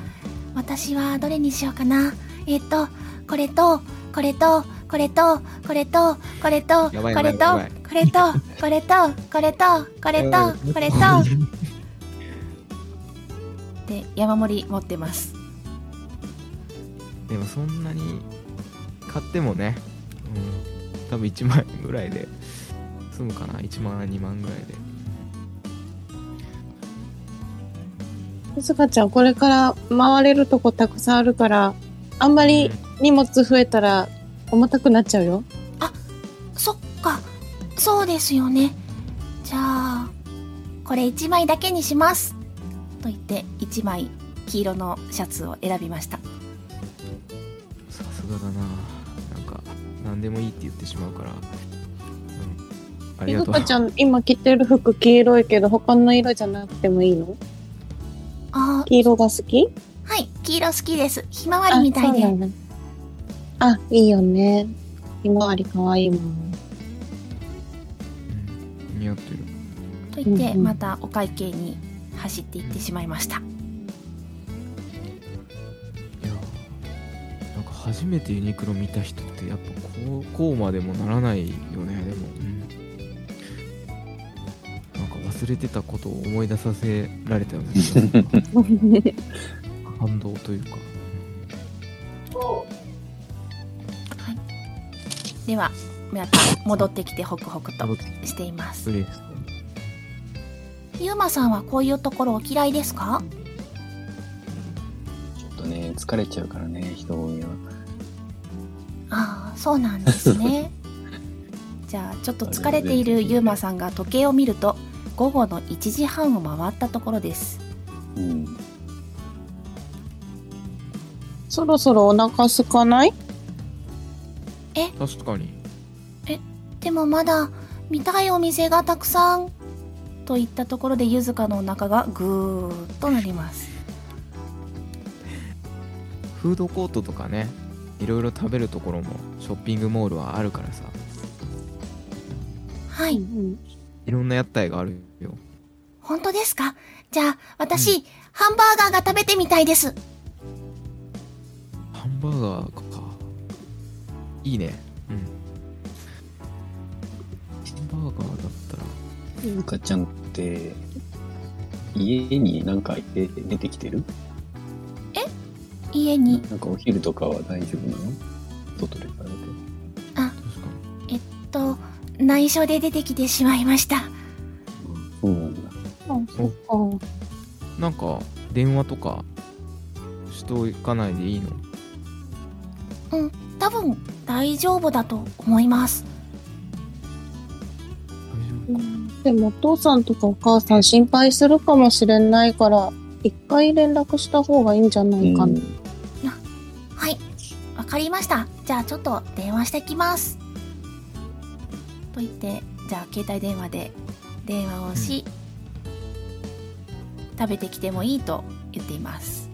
Speaker 1: 私はどれにしようかな。えっと、これと、これと、これと、これと、これと、こ
Speaker 4: やばい
Speaker 1: れと
Speaker 4: やばいやばい、
Speaker 1: これと、これと、これと、これと、これと。
Speaker 4: *laughs*
Speaker 1: で、山盛り持ってます。
Speaker 4: でもそんなに買ってもね、うん、多分1万円ぐらいで済むかな1万2万ぐらいで
Speaker 3: すかちゃんこれから回れるとこたくさんあるからあんまり荷物増えたら重たくなっちゃうよ
Speaker 1: そっか、そうですよね。じゃあ、これ1枚だけにします。と言って、1枚黄色のシャツを選びました。
Speaker 4: さすがだななんか何でもいいって言ってしまうから、うん、あり
Speaker 3: ゆ
Speaker 4: が
Speaker 3: ず
Speaker 4: とう
Speaker 3: かちゃん今着てる服黄色いけど他の色じゃなくてもいいの
Speaker 1: あ
Speaker 3: 黄色が好き
Speaker 1: はい、黄黄色好きです。ひまわりみたいで。
Speaker 3: あ,、ね、あ、いいよね。ひまわりかわいいも *laughs* ん。
Speaker 4: うん、似合ってる。
Speaker 1: と言って、
Speaker 3: うんうん
Speaker 1: またお会計に走っていってしまいました。
Speaker 4: いやーなんか初めてユニクロ見た人ってやっぱこうこうまでもならないよねでも、なんか忘れてたことを思い出させられたよね *laughs* 感動というか
Speaker 1: では、また戻ってきてホクホクと
Speaker 4: 戻ってき
Speaker 1: していま
Speaker 4: そ
Speaker 1: す。
Speaker 4: れです
Speaker 1: ゆうまさんはこういうところお嫌いですか
Speaker 2: ちょっとね、疲れちゃうからね、人混みは。
Speaker 1: ああ、そうなんです *laughs* ね。じゃあ、ちょっと疲れているゆうまさんが時計を見ると、午後の1時半を回ったところです。
Speaker 2: うん。
Speaker 3: そろそろお腹空かない
Speaker 4: 確かに
Speaker 1: でもまだ見たいお店がたくさんといったところでゆずかのお腹がぐーっとなります
Speaker 4: フードコートとかねいろいろ食べるところもショッピングモールはあるからさ
Speaker 1: はい
Speaker 4: いろんな屋台があるよ
Speaker 1: 本当ですかじゃあ私、ハンバーガーが食べてみたいです
Speaker 4: ハンバーガーかいいねうんハンバーガーだったら
Speaker 2: ゆうかちゃんって、家になんか出て出てきてる
Speaker 1: 家に
Speaker 2: なんかお昼とかは大丈夫なの外で食べて。
Speaker 4: 確かに
Speaker 1: と内緒で出てきてしまいました
Speaker 2: そうなんだ。
Speaker 3: お
Speaker 4: なんか電話とかしておかないでいいの
Speaker 1: 多分大丈夫だと思います
Speaker 4: 大
Speaker 3: でもお父さんとかお母さん心配するかもしれないから、一回連絡した方がいいんじゃないかな。
Speaker 2: うん
Speaker 1: はいわかりましたじゃあちょっと電話してきますと言ってじゃあ携帯電話で電話をし、食べてきてもいいと言っています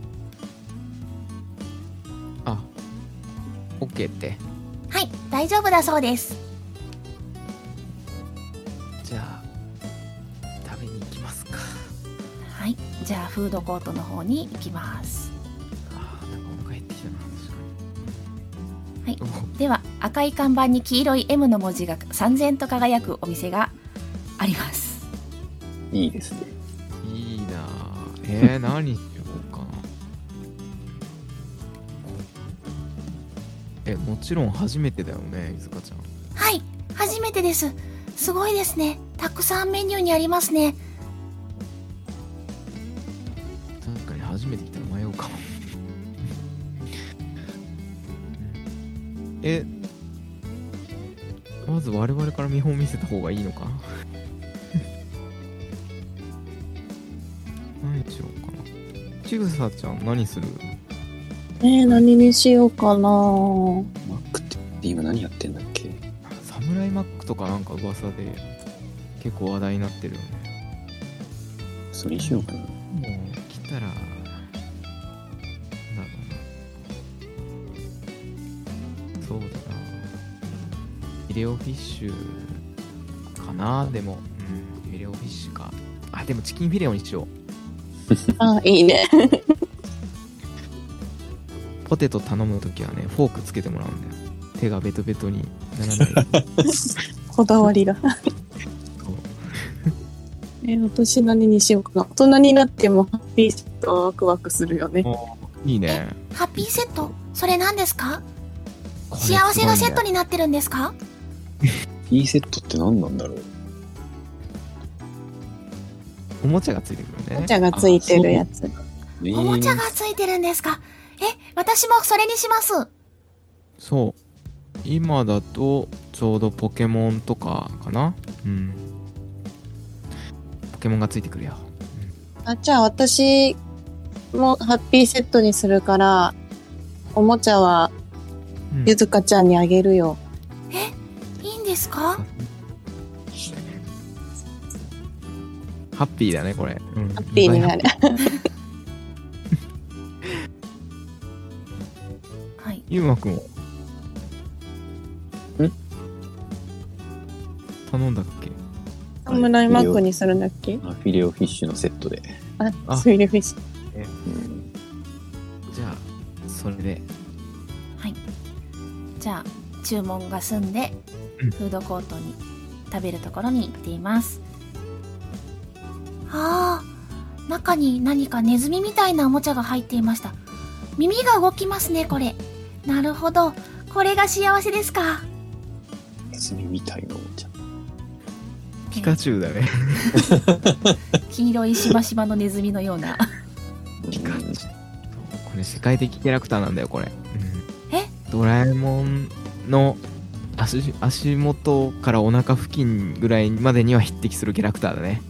Speaker 4: 丈夫あオッケーって
Speaker 1: はい、大丈夫だそうです。
Speaker 4: じゃあ食べに行きますか
Speaker 1: はい、じゃあフードコートの方に行きます。
Speaker 4: あーなんかお腹減ってきたな
Speaker 1: はい
Speaker 4: 確かに
Speaker 1: では、赤い看板に黄色い M の文字が三千と輝くお店があります。
Speaker 2: いいですね。
Speaker 4: おいいなーえー、何しようかなえもちろん初めてだよねいずかちゃん
Speaker 1: はい、初めてです。すごいですね。たくさんメニューにありますね。
Speaker 4: 確かに初めて来たら迷うかも *laughs* えまず我々から見本を見せた方がいいのか *laughs* 何しようかなちぐさちゃん何する
Speaker 3: えー、何にしようかな。
Speaker 2: マックって今何やってんだっけ
Speaker 4: サムライマックとかなんか噂で結構話題になってるよね
Speaker 2: それにしようかな。
Speaker 4: もう来たらなんだろうなそうだなフィレオフィッシュかなでも、うん、フィレオフィッシュかあでもチキンフィレオにしよ
Speaker 3: あ、いいね。
Speaker 4: うポテト頼むときはねフォークつけてもらうんだよ手がベトベトにならない *laughs* ように
Speaker 3: こだわりが。
Speaker 4: そう
Speaker 3: えー、私何にしようかな。大人になってもハッピーとワクワクするよね。
Speaker 4: いいね
Speaker 1: ハッピーセット、それ何ですか？
Speaker 4: これすごいんだよ
Speaker 1: 幸せがセットになってるんですか？
Speaker 2: いいセットって何なんだろう
Speaker 4: おもちゃがついてくるね
Speaker 3: お茶がついてるやつ。
Speaker 2: ね
Speaker 1: おもちゃがついてるんですか？え、私もそれにします。
Speaker 4: そう今だとちょうどポケモンとかかなうんポケモンがついてくるよ
Speaker 3: あ、じゃあ私もハッピーセットにするから、おもちゃは
Speaker 4: うん
Speaker 3: ゆずかちゃんにあげるよ。
Speaker 1: いいんですか？
Speaker 4: ハッピーだねこれ、うん、
Speaker 3: ハッピーになる。
Speaker 4: ゆうまくんは
Speaker 2: ん
Speaker 4: 頼んだっけ
Speaker 3: サムライマックにするんだっけ
Speaker 2: あフィレオフィッシュのセットで。
Speaker 3: あ、スイレフィッシュ。
Speaker 2: うん
Speaker 4: じゃあそれで
Speaker 1: じゃあ注文が済んで
Speaker 4: うん
Speaker 1: フードコートに食べるところに行っています、あー中に何かネズミみたいなおもちゃが入っていました耳が動きますねこれなるほどこれが幸せです
Speaker 4: *laughs*
Speaker 1: か
Speaker 2: ネズミみたいなおもちゃ。
Speaker 4: ピカチュウだね
Speaker 1: 黄色いしましまのネズミのような
Speaker 4: ピカチュウこれ世界的キャラクターなんだよこれ、うん
Speaker 1: え
Speaker 4: ドラえもんの足足元からお腹付近ぐらいまでには匹敵するキャラクターだね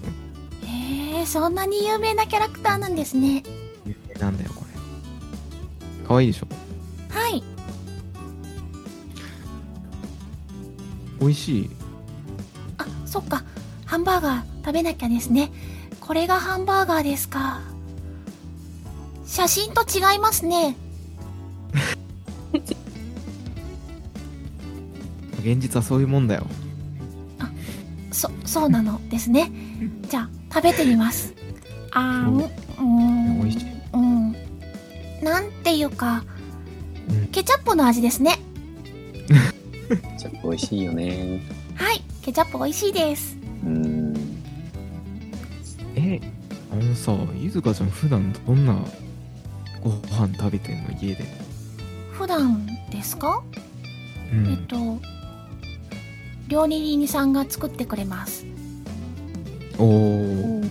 Speaker 1: へえそんなに有名なキャラクターなんですね
Speaker 4: 有名なんだよこれかわいいでしょ
Speaker 1: はい
Speaker 4: 美味しい
Speaker 1: あそっかハンバーガー食べなきゃですねこれがハンバーガーですか写真と違いますね
Speaker 4: 現実はそういうもんだよ
Speaker 1: そそうなのですねじゃあ食べてみますあーんうーん
Speaker 4: 美味しい
Speaker 1: うんなんていうか
Speaker 4: うん
Speaker 1: ケチャップの味ですね
Speaker 2: うんちょっと美味しいよね。
Speaker 1: はいケチャップ美味しいです
Speaker 2: うん。
Speaker 4: えあのさゆずかちゃん普段どんなご飯食べてんの家で
Speaker 1: 普段ですか、
Speaker 4: う
Speaker 1: えっと料理人さんが作ってくれます
Speaker 4: おお
Speaker 3: うん。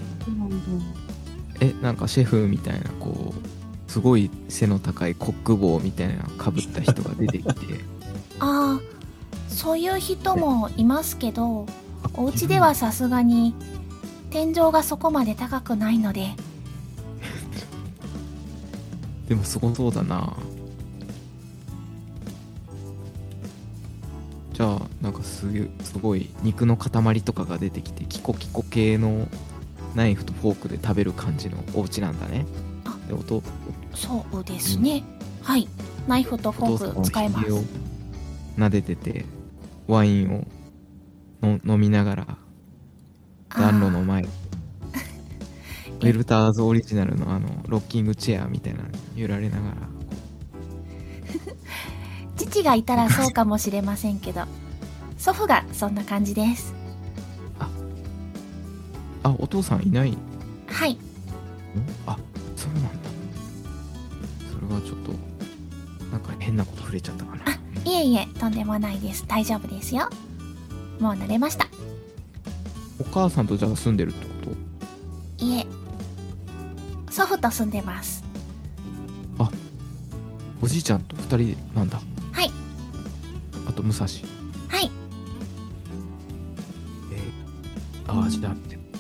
Speaker 4: えなんかシェフみたいなこうすごい背の高いコック帽みたいなのかぶった人が出てきて
Speaker 1: ああそういう人もいますけどお家ではさすがに天井がそこまで高くないので
Speaker 4: でもすごそうだなじゃあなんかすげすごい肉の塊とかが出てきてキコキコ系のナイフとフォークで食べる感じのお家なんだね
Speaker 1: あ
Speaker 4: でおと
Speaker 1: そうですね、はいナイフとフォーク使えます
Speaker 4: お父さんのひげを撫でててワインをの飲みながら暖炉の前ウェルターズオリジナルのあのロッキングチェアみたいなのに揺られながら
Speaker 1: 父がいたらそうかもしれませんけど *laughs* 祖父がそんな感じです
Speaker 4: あお父さんいないの
Speaker 1: はい
Speaker 4: あそうなんだそれはちょっとなんか変なこと触れちゃったかない
Speaker 1: えいえとんでもないです大丈夫ですよもう慣れました
Speaker 4: お母さんとじゃあ住んでるってこ
Speaker 1: いえ祖父と住んでます
Speaker 4: とおじいちゃんと二人なんだ
Speaker 1: はい
Speaker 4: あと武蔵
Speaker 1: はい
Speaker 4: えー、あー、じゃあ、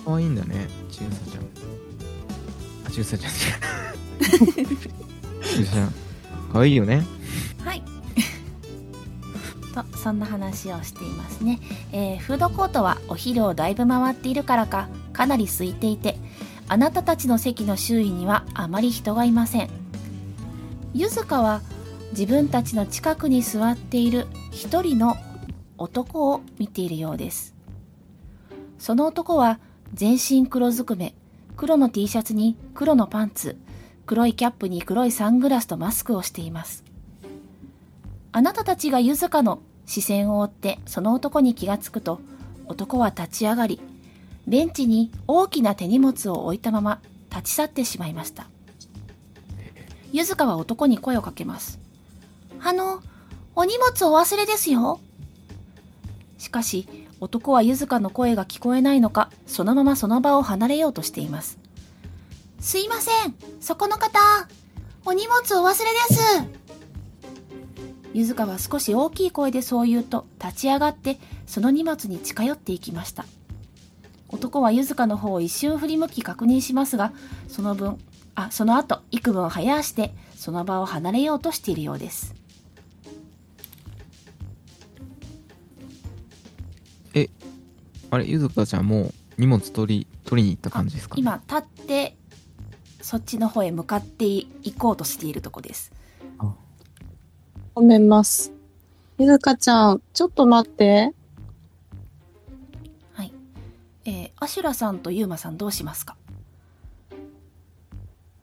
Speaker 4: 可愛いんだね、ちぐさちゃん。あ、ちぐさちゃん。ちぐさち
Speaker 1: *laughs*
Speaker 4: ゃん。可愛いよね。
Speaker 1: はい *laughs* とそんな話をしていますね、えーフードコートはお昼をだいぶ回っているからかかなり空いていてあなたたちの席の周囲にはあまり人がいませんゆずかは自分たちの近くに座っている一人の男を見ているようですその男は全身黒ずくめ黒の T シャツに黒のパンツ黒いキャップに黒いサングラスとマスクをしていますあなたたちがゆずかの視線を追ってその男に気がつくと男は立ち上がりベンチに大きな手荷物を置いたまま立ち去ってしまいましたゆずかは男に声をかけますあのお荷物お忘れですよしかし男はゆずかの声が聞こえないのかそのままその場を離れようとしていますすいませんそこの方お荷物お忘れですゆずかは少し大きい声でそう言うと立ち上がってその荷物に近寄っていきました男はゆずかの方を一瞬振り向き確認しますがその分あその後幾分早足でその場を離れようとしているようです
Speaker 4: あれ、ゆずかちゃんもう荷物取り、取りに行った感じですか、ね、。
Speaker 1: 今立ってそっちの方へ向かってい行こうとしているとこです
Speaker 4: あ
Speaker 3: 褒めます。ゆずかちゃん、ちょっと待って。
Speaker 1: えー、アシュラさんとユーマさんどうしますか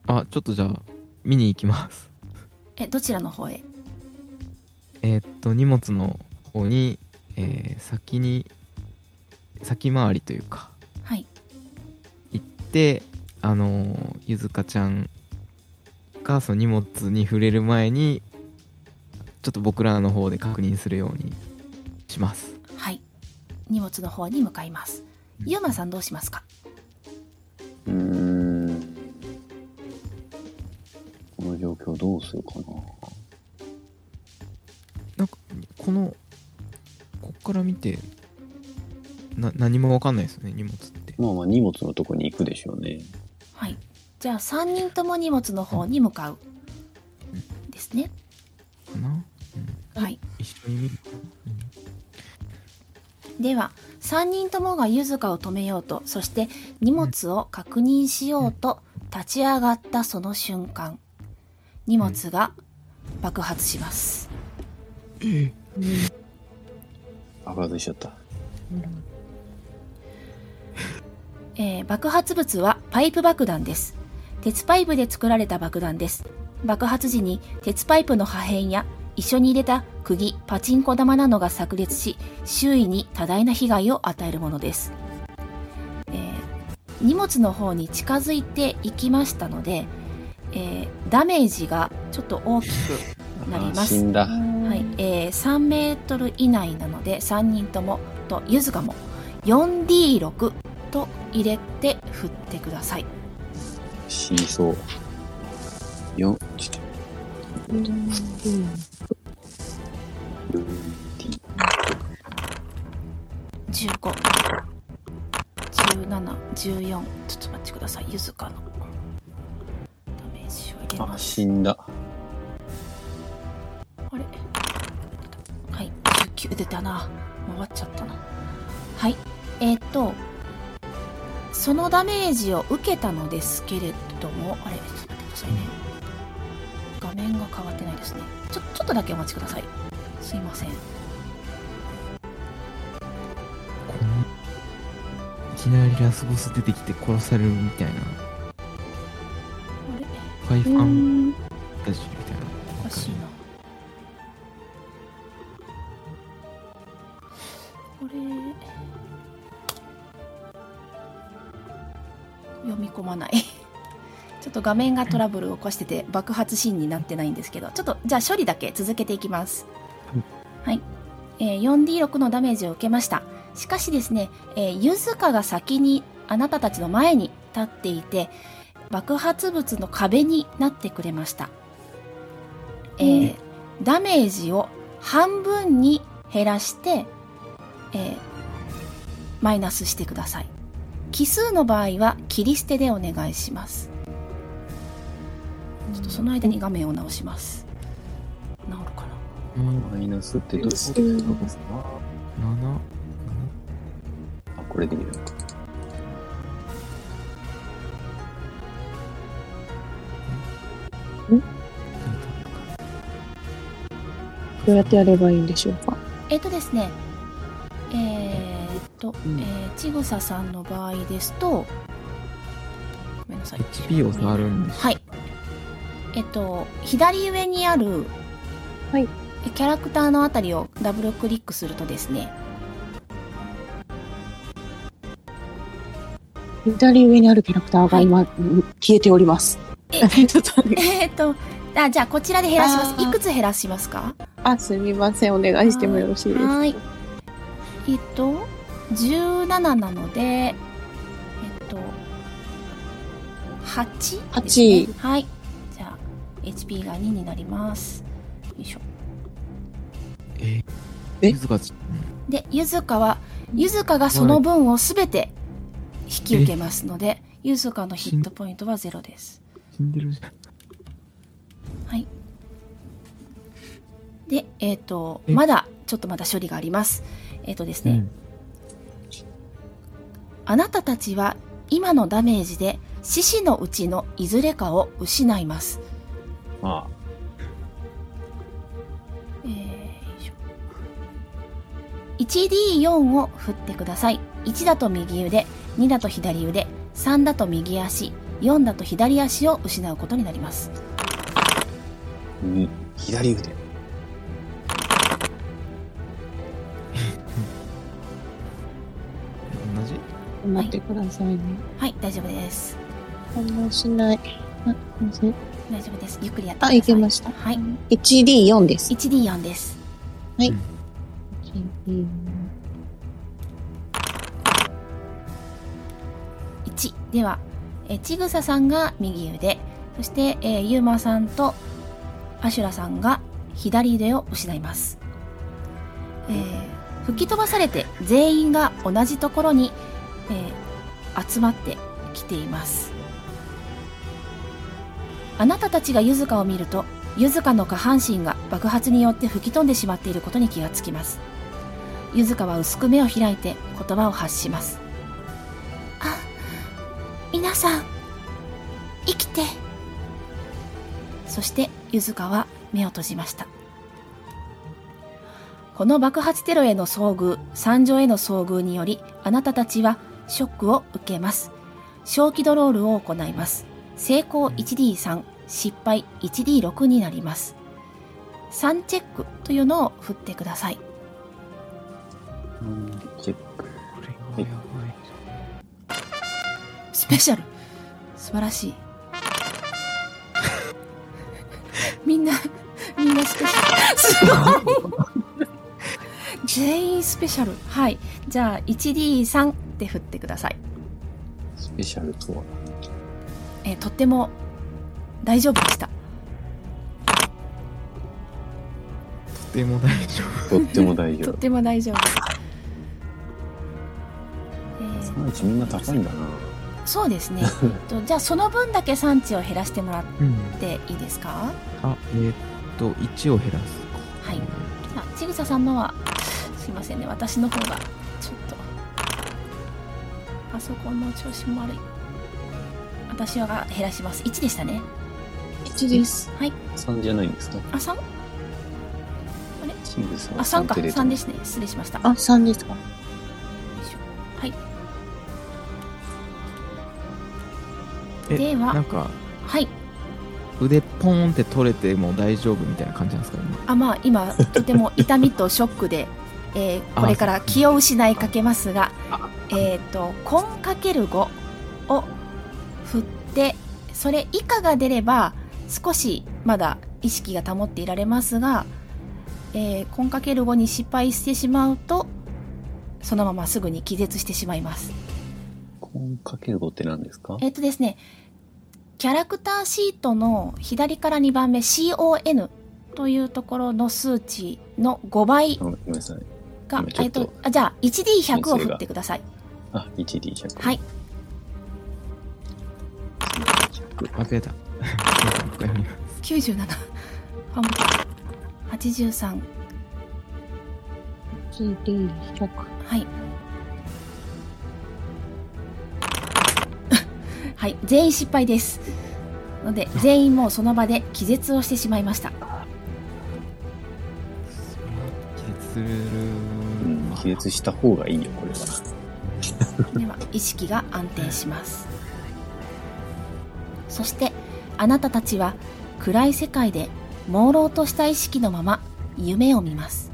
Speaker 4: あ、ちょっとじゃあ、見に行きます。 *laughs*
Speaker 1: えどちらの方へ
Speaker 4: えーっと、荷物の方に、えー先に、先回りというか、
Speaker 1: はい
Speaker 4: 行って、あのーゆずかちゃんが、その荷物に触れる前に、ちょっと僕らの方で確認するようにします。
Speaker 1: はい荷物の方に向かいますユーマさんどうしますか
Speaker 2: うーん。この状況どうするかな。
Speaker 4: なんか、この、こっから見て、な、何もわかんないですよね、荷物って。
Speaker 2: まあまあ荷物のとこに行くでしょうね。
Speaker 1: はいじゃあ3人とも荷物の方に向かうですね
Speaker 4: かな
Speaker 1: はい
Speaker 4: 一緒に見るかなうん
Speaker 1: では3人ともがゆずかを止めようとそして荷物を確認しようと立ち上がったその瞬間荷物が爆発します
Speaker 2: 爆発しちゃった。
Speaker 1: えー爆発物はパイプ爆弾です。鉄パイプで作られた爆弾です。爆発時に鉄パイプの破片や一緒に入れた釘、パチンコ玉などが炸裂し、周囲に多大な被害を与えるものです。えー荷物の方に近づいていきましたので、えーダメージがちょっと大きく、なります
Speaker 2: あー死んだ。
Speaker 1: はいえー3メートル以内なので3人ともとゆずかも 4D6 と入れて振ってください。
Speaker 2: 死にそう。よ、ちょっと。
Speaker 1: 15 17 14ちょっと待ってくださいゆずかのダメージを入れ
Speaker 2: あ、
Speaker 1: ます
Speaker 2: 死んだ。
Speaker 1: あれはい19出たな回っちゃったなはいえっ、ー、とそのダメージを受けたのですけれどもあれちょっと待ってくださいね画面が変わってないですねちょちょっとだけお待ちくださいすいません
Speaker 4: このいきなりラスボス出てきて殺されるみたいな
Speaker 1: あれ
Speaker 4: ファイ
Speaker 3: う
Speaker 4: ファン
Speaker 3: ん
Speaker 4: タジーみたいな
Speaker 1: おかしいなこれ読み込まない *laughs* ちょっと画面がトラブルを起こしてて爆発シーンになってないんですけどちょっとじゃあ処理だけ続けていきますはい、えー 4D6 のダメージを受けましたしかしですね、えー、ゆずかが先にあなたたちの前に立っていて爆発物の壁になってくれましたえーダメージを半分に減らして、えーマイナスしてください奇数の場合は切り捨てでお願いしますちょっとその間に画面を直します治るか
Speaker 4: うん
Speaker 2: マイナスってどういうことですか
Speaker 4: 7
Speaker 2: あ、これで見るのか。
Speaker 3: どうやってやればいいんでしょうか。
Speaker 1: なえっ、とですねえーっと、えーちぐささんの場合ですとごめんなさい
Speaker 4: HP を触るんでしょ
Speaker 1: はい。えっと、左上にある、
Speaker 3: はい
Speaker 1: キャラクターのあたりをダブルクリックするとですね、
Speaker 3: 左上にあるキャラクターが今、消えております。
Speaker 1: え
Speaker 3: *laughs* ちょっと待って
Speaker 1: *laughs* えっと、あじゃあこちらで減らしま
Speaker 3: あ
Speaker 1: す。
Speaker 3: ー
Speaker 1: いくつ減らしますか
Speaker 3: あ、すみません。お願いしてもよろしいですか。
Speaker 1: はい。えっと、17なので、えっと、8ですね、はい。じゃあ、HP が2になります。よいしょ。
Speaker 4: えー
Speaker 3: え
Speaker 4: ゆずかちゃん
Speaker 1: で、ゆずかは、ゆずかがその分をすべて引き受けますので、ゆずかのヒットポイントはゼロです。
Speaker 4: 死んでるじゃん
Speaker 1: で、えっ、と、
Speaker 4: え
Speaker 1: まだ、ちょっとまだ処理があります。えっ、とですね、
Speaker 4: うん
Speaker 1: あなたたちは今のダメージで獅子のうちのいずれかを失います。
Speaker 2: まあ、
Speaker 1: 1D4 を振ってください1だと右腕2だと左腕3だと右足4だと左足を失うことになります
Speaker 2: に左腕。
Speaker 4: 同じ
Speaker 3: 待ってくださいね。
Speaker 1: はい大丈夫です
Speaker 3: 反応しない。あ、すいま
Speaker 1: 大丈夫ですゆっくりやってくださ
Speaker 3: せんあ、
Speaker 1: い
Speaker 3: いけました。
Speaker 1: はい
Speaker 3: 1D4 です。
Speaker 1: 1D4 です1ではえーちぐささんが右腕そして、えーゆうまさんとアシュラさんが左腕を失います、えー吹き飛ばされて全員が同じところに、えー集まってきていますあなたたちがゆずかを見るとゆずかの下半身が爆発によって吹き飛んでしまっていることに気がつきますゆずかは薄く目を開いて言葉を発しますあ皆さん生きてそしてゆずかは目を閉じましたこの爆発テロへの遭遇惨状への遭遇によりあなたたちはショックを受けます小気ドロールを行います成功 1D3 失敗 1D6 になります3チェックというのを振ってください
Speaker 2: うんチェック。
Speaker 4: これは
Speaker 2: はい
Speaker 4: やばい。
Speaker 1: スペシャル素晴らしいみんなみんなスペシャルすごい全員スペシャルはいじゃあ 1D3 って振ってください、
Speaker 2: スペシャルとは。
Speaker 1: えーとっても大丈夫でした
Speaker 4: とても大丈
Speaker 2: とっても大丈
Speaker 1: とっ
Speaker 2: 夫。
Speaker 1: ても大丈夫、え
Speaker 2: サ
Speaker 1: ー
Speaker 2: ンチみんな高いんだな。
Speaker 1: そうですね、えっと、じゃあその分だけ産地を減らしてもらっ
Speaker 4: 夫。うん。
Speaker 1: ていいですか
Speaker 4: あ、えーっと、1を減らすか。
Speaker 1: はいあちぐささんのはすいませんね私の方がちょっとパソコンの調子も悪い私は減らします1でしたね
Speaker 3: 1です。
Speaker 2: 三じゃないんですか。
Speaker 1: あ三
Speaker 2: チーズさん。。
Speaker 1: あ三か3ですすね失礼しました
Speaker 3: あ、3ですか。
Speaker 1: よいしょはい
Speaker 4: え
Speaker 1: で
Speaker 4: な
Speaker 1: は
Speaker 4: んか、
Speaker 1: はい
Speaker 4: 腕ポーンって取れても大丈夫みたいな感じなんですかね。
Speaker 1: あまあ今とても痛みとショックで、 *laughs* えーこれから気を失いかけますがえっ、と「コンかける5」を振ってそれ以下が出れば少しまだ意識が保っていられますが「えー、コンかける5」に失敗してしまうとそのまますぐに気絶してしまいます。
Speaker 2: コンかける五って何ですか。
Speaker 1: えっ、とですね、キャラクターシートの左から2番目 CON というところの数値の5倍
Speaker 2: あごめんなさい。
Speaker 1: が
Speaker 2: 今、ち
Speaker 1: え
Speaker 2: ょ
Speaker 1: っ
Speaker 2: っと
Speaker 1: と、あじゃあ 1D100 を振ってください。
Speaker 2: あ、一 D 百。
Speaker 1: はい。。
Speaker 4: あ、出た。 *laughs* もう一回見ます
Speaker 1: 97。あもう83。
Speaker 3: 1D100。
Speaker 1: はい。 *laughs* はい、全員失敗です。ので、全員もうその場で気絶をしてしまいました。
Speaker 4: それは気絶
Speaker 2: う
Speaker 4: する
Speaker 2: ん、気絶した方がいいよ、これは。
Speaker 1: では意識が安定しますそしてあなたたちは暗い世界で朦朧とした意識のまま夢を見ます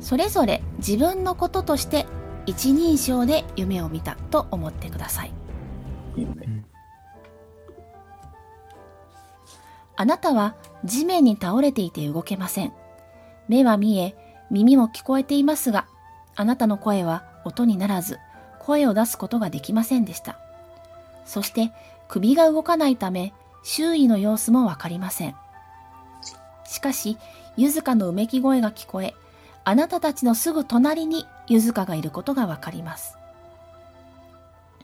Speaker 1: それぞれ自分のこととして一人称で夢を見たと思ってください
Speaker 2: 夢。
Speaker 1: あなたは地面に倒れていて動けません。目は見え、耳も聞こえていますが、あなたの声は音にならず、声を出すことができませんでした。そして、首が動かないため、周囲の様子もわかりません。しかし、ゆずかのうめき声が聞こえ、あなたたちのすぐ隣にゆずかがいることがわかります。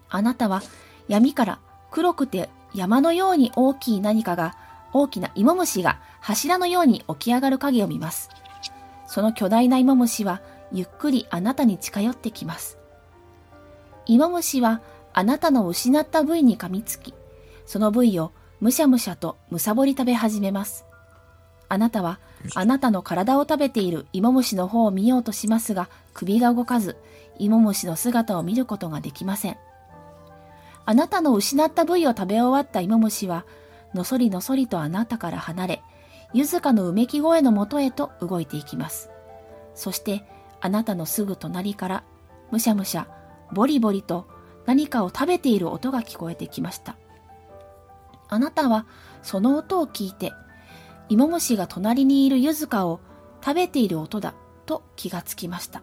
Speaker 1: あなたは闇から黒くて山のように大きい何かが大きな芋虫が柱のように起き上がる影を見ます。その巨大な芋虫はゆっくりあなたに近寄ってきます。芋虫はあなたの失った部位に噛みつき、その部位をむしゃむしゃとむさぼり食べ始めます。あなたは、あなたの体を食べている芋虫の方を見ようとしますが、首が動かず、芋虫の姿を見ることができません。あなたの失った部位を食べ終わった芋虫は、のそりのそりとあなたから離れ、ゆずかのうめき声のもとへと動いていきます。そして、あなたのすぐ隣から、むしゃむしゃ、ボリボリと何かを食べている音が聞こえてきました。あなたは、その音を聞いて、芋虫が隣にいるゆずかを食べている音だと気がつきました。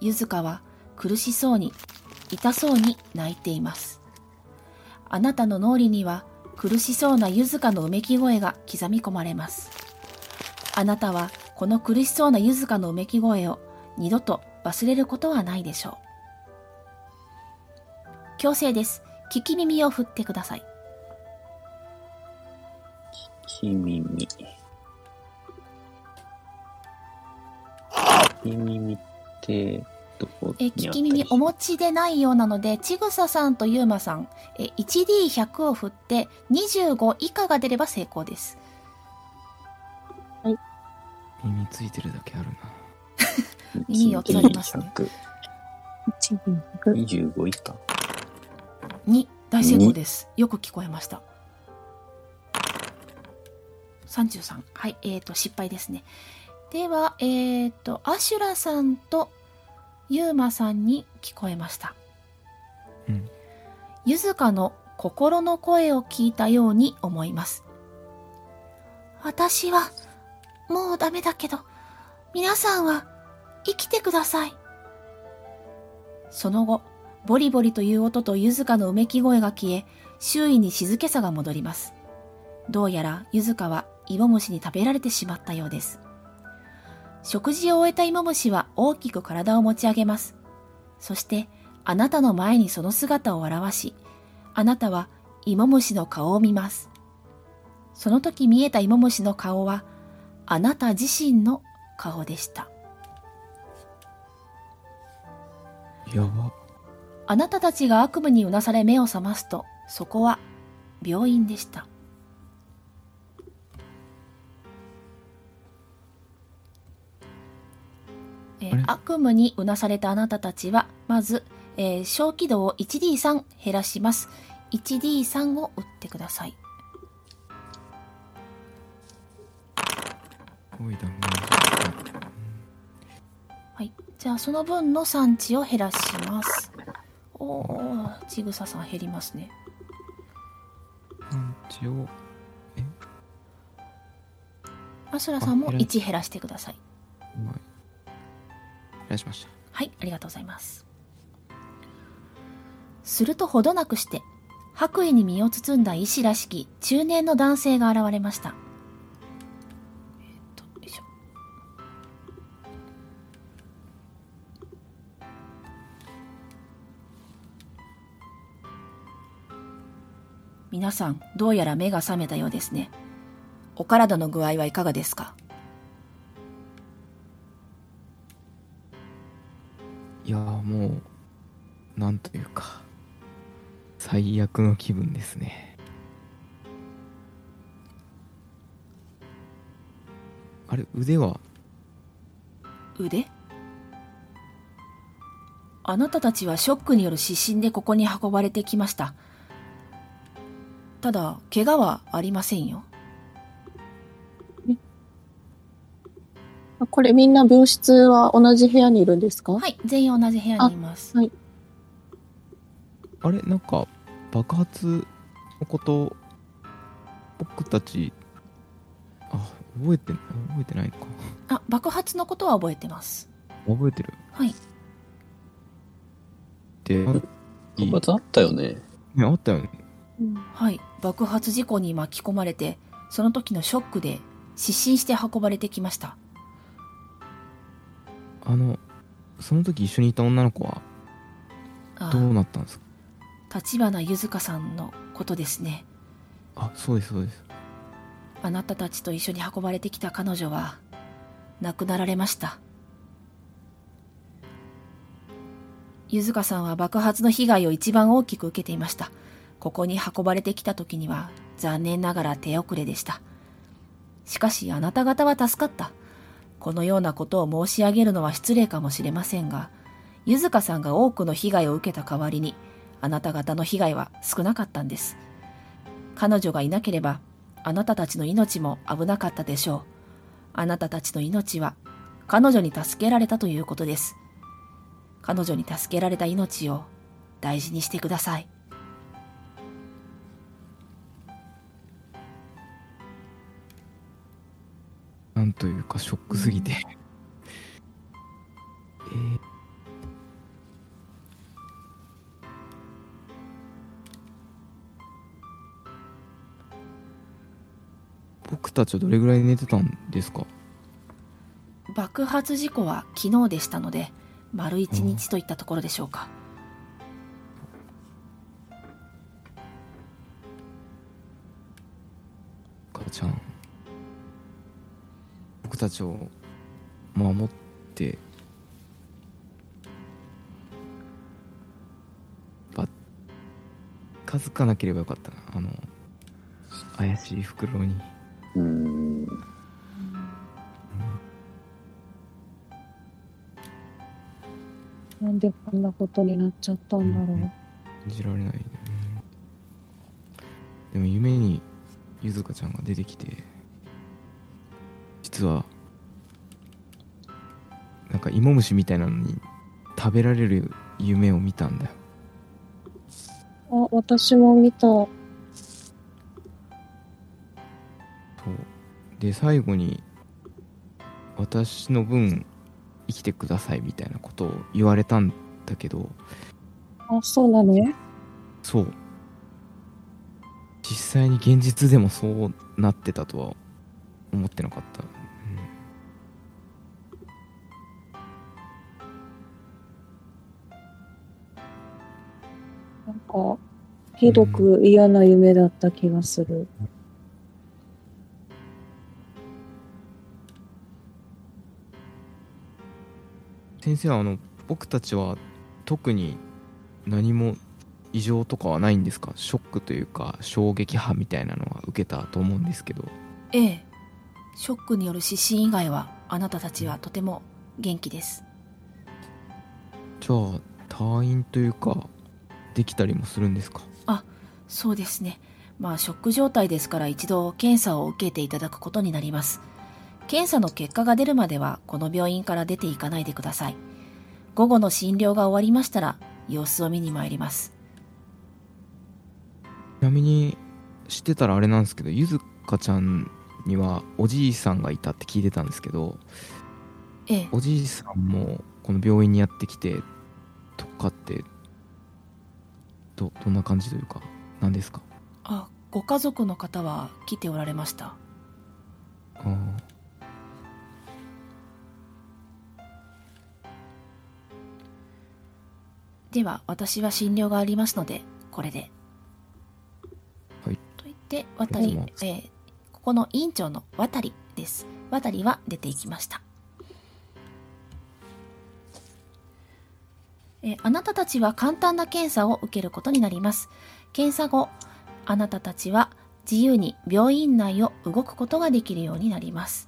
Speaker 1: ゆずかは苦しそうに、痛そうに泣いています。あなたの脳裏には苦しそうなゆずかのうめき声が刻み込まれます。あなたはこの苦しそうなゆずかのうめき声を二度と忘れることはないでしょう。強制です。聞き耳を振ってください。
Speaker 2: ひみみ。ひみみって、どこ
Speaker 1: え、
Speaker 2: にあったり
Speaker 1: 聞き耳お持ちでないようなので、ちぐささんとゆうまさん、え、1D100 を振って25以下が出れば成功です。
Speaker 4: 耳ついてるだけあるな。
Speaker 1: 耳をつなぎますね
Speaker 2: 100
Speaker 3: 100
Speaker 2: 25以下。
Speaker 1: 2、大成功です。よく聞こえました。33。はい、えーと、失敗ですね。では、えーと、アシュラさんとユーマさんに聞こえました。
Speaker 4: うん
Speaker 1: ゆずかの心の声を聞いたように思います。私は、もうダメだけど、皆さんは、生きてください。その後、ボリボリという音とゆずかのうめき声が消え、周囲に静けさが戻ります。どうやらゆずかはイモムシに食べられてしまったようです。食事を終えたイモムシは大きく体を持ち上げます。そして、あなたの前にその姿を現し、あなたはイモムシの顔を見ます。その時見えたイモムシの顔は、あなた自身の顔でした。
Speaker 4: やば。
Speaker 1: あなたたちが悪夢にうなされ目を覚ますと、そこは病院でした。えー
Speaker 4: あれ
Speaker 1: 悪夢にうなされたあなたたちは、まず、えー小気度を 1D3 減らします。1D3 を打ってください。
Speaker 4: おいだん
Speaker 1: はい。じゃあ、その分の産地を減らします。おー、ちぐささん減りますね。
Speaker 4: パンチを
Speaker 1: アシュラさんも
Speaker 4: あ減ら
Speaker 1: 1減らしてください。
Speaker 4: はい減らしました。
Speaker 1: はい、ありがとうございます。するとほどなくして、白衣に身を包んだ医師らしき中年の男性が現れました。えーっと、よいしょ。皆さん、どうやら目が覚めたようですね。お体の具合はいかがですか
Speaker 4: いやーもうなんというか最悪の気分ですねあれ腕は
Speaker 1: 腕あなたたちはショックによる失神でここに運ばれてきましたただ怪我はありませんよ
Speaker 3: これみんな病室は同じ部屋にいるんですか、
Speaker 1: はい全員同じ部屋にいます
Speaker 3: あ
Speaker 4: あれなんか爆発のこと僕たちあ覚えて覚えてないのか
Speaker 1: あ爆発のことは覚えてます
Speaker 4: 覚えてる
Speaker 1: はい
Speaker 4: でいい
Speaker 2: またあったよね。
Speaker 4: ねあったよね
Speaker 3: うん
Speaker 1: はい爆発事故に巻き込まれてその時のショックで失神して運ばれてきました
Speaker 4: あのその時一緒にいた女の子は
Speaker 1: あ
Speaker 4: どうなったんですか
Speaker 1: 立花ゆずかさんのことですね
Speaker 4: あそうですそうです
Speaker 1: あなたたちと一緒に運ばれてきた彼女は亡くなられましたゆずかさんは爆発の被害を一番大きく受けていましたここに運ばれてきた時には残念ながら手遅れでしたしかしあなた方は助かった。このようなことを申し上げるのは失礼かもしれませんが、ゆずかさんが多くの被害を受けた代わりに、あなた方の被害は少なかったんです。彼女がいなければ、あなたたちの命も危なかったでしょう。あなたたちの命は、彼女に助けられたということです。彼女に助けられた命を大事にしてください。
Speaker 4: なんというかショックすぎて。えー僕たちはどれぐらい寝てたんですか
Speaker 1: 爆発事故は昨日でしたので丸一日といったところでしょうか、
Speaker 4: 母ちゃん僕たちを守ってば気づかなければよかったなあの怪しい袋に
Speaker 2: うーん。
Speaker 3: なんでこんなことになっちゃったんだろう。
Speaker 4: 信じられないねでも夢にゆずかちゃんが出てきて実はなんか芋虫みたいなのに食べられる夢を見たんだよ
Speaker 3: あ、私も見た。
Speaker 4: そうで最後に私の分生きてくださいみたいなことを言われたんだけど
Speaker 3: あ、そうなの
Speaker 4: そう実際に現実でもそうなってたとは思ってなかった、
Speaker 3: なんか、ひどく嫌な夢だった気がする。
Speaker 4: 先生はあの僕たちは特に何も異常とかはないんですかショックというか衝撃波みたいなのは受けたと思うんですけど
Speaker 1: ええショックによる指針以外はあなたたちはとても元気です
Speaker 4: じゃあ退院というかできたりもするんですか
Speaker 1: そうですねまあショック状態ですから一度検査を受けていただくことになります検査の結果が出るまではこの病院から出ていかないでください午後の診療が終わりましたら様子を見に参ります
Speaker 4: ちなみに知ってたらあれなんですけどゆずかちゃんにはおじいさんがいたって聞いてたんですけど
Speaker 1: ええ
Speaker 4: おじいさんもこの病院にやってきてとかってどどんな感じというか何ですか
Speaker 1: あご家族の方は来ておられました
Speaker 4: ああ
Speaker 1: では私は診療がありますのでこれで
Speaker 4: はい
Speaker 1: と言って渡り
Speaker 4: どうも、
Speaker 1: えーここの院長の渡りです渡りは出ていきましたえーあなたたちは簡単な検査を受けることになります検査後あなたたちは自由に病院内を動くことができるようになります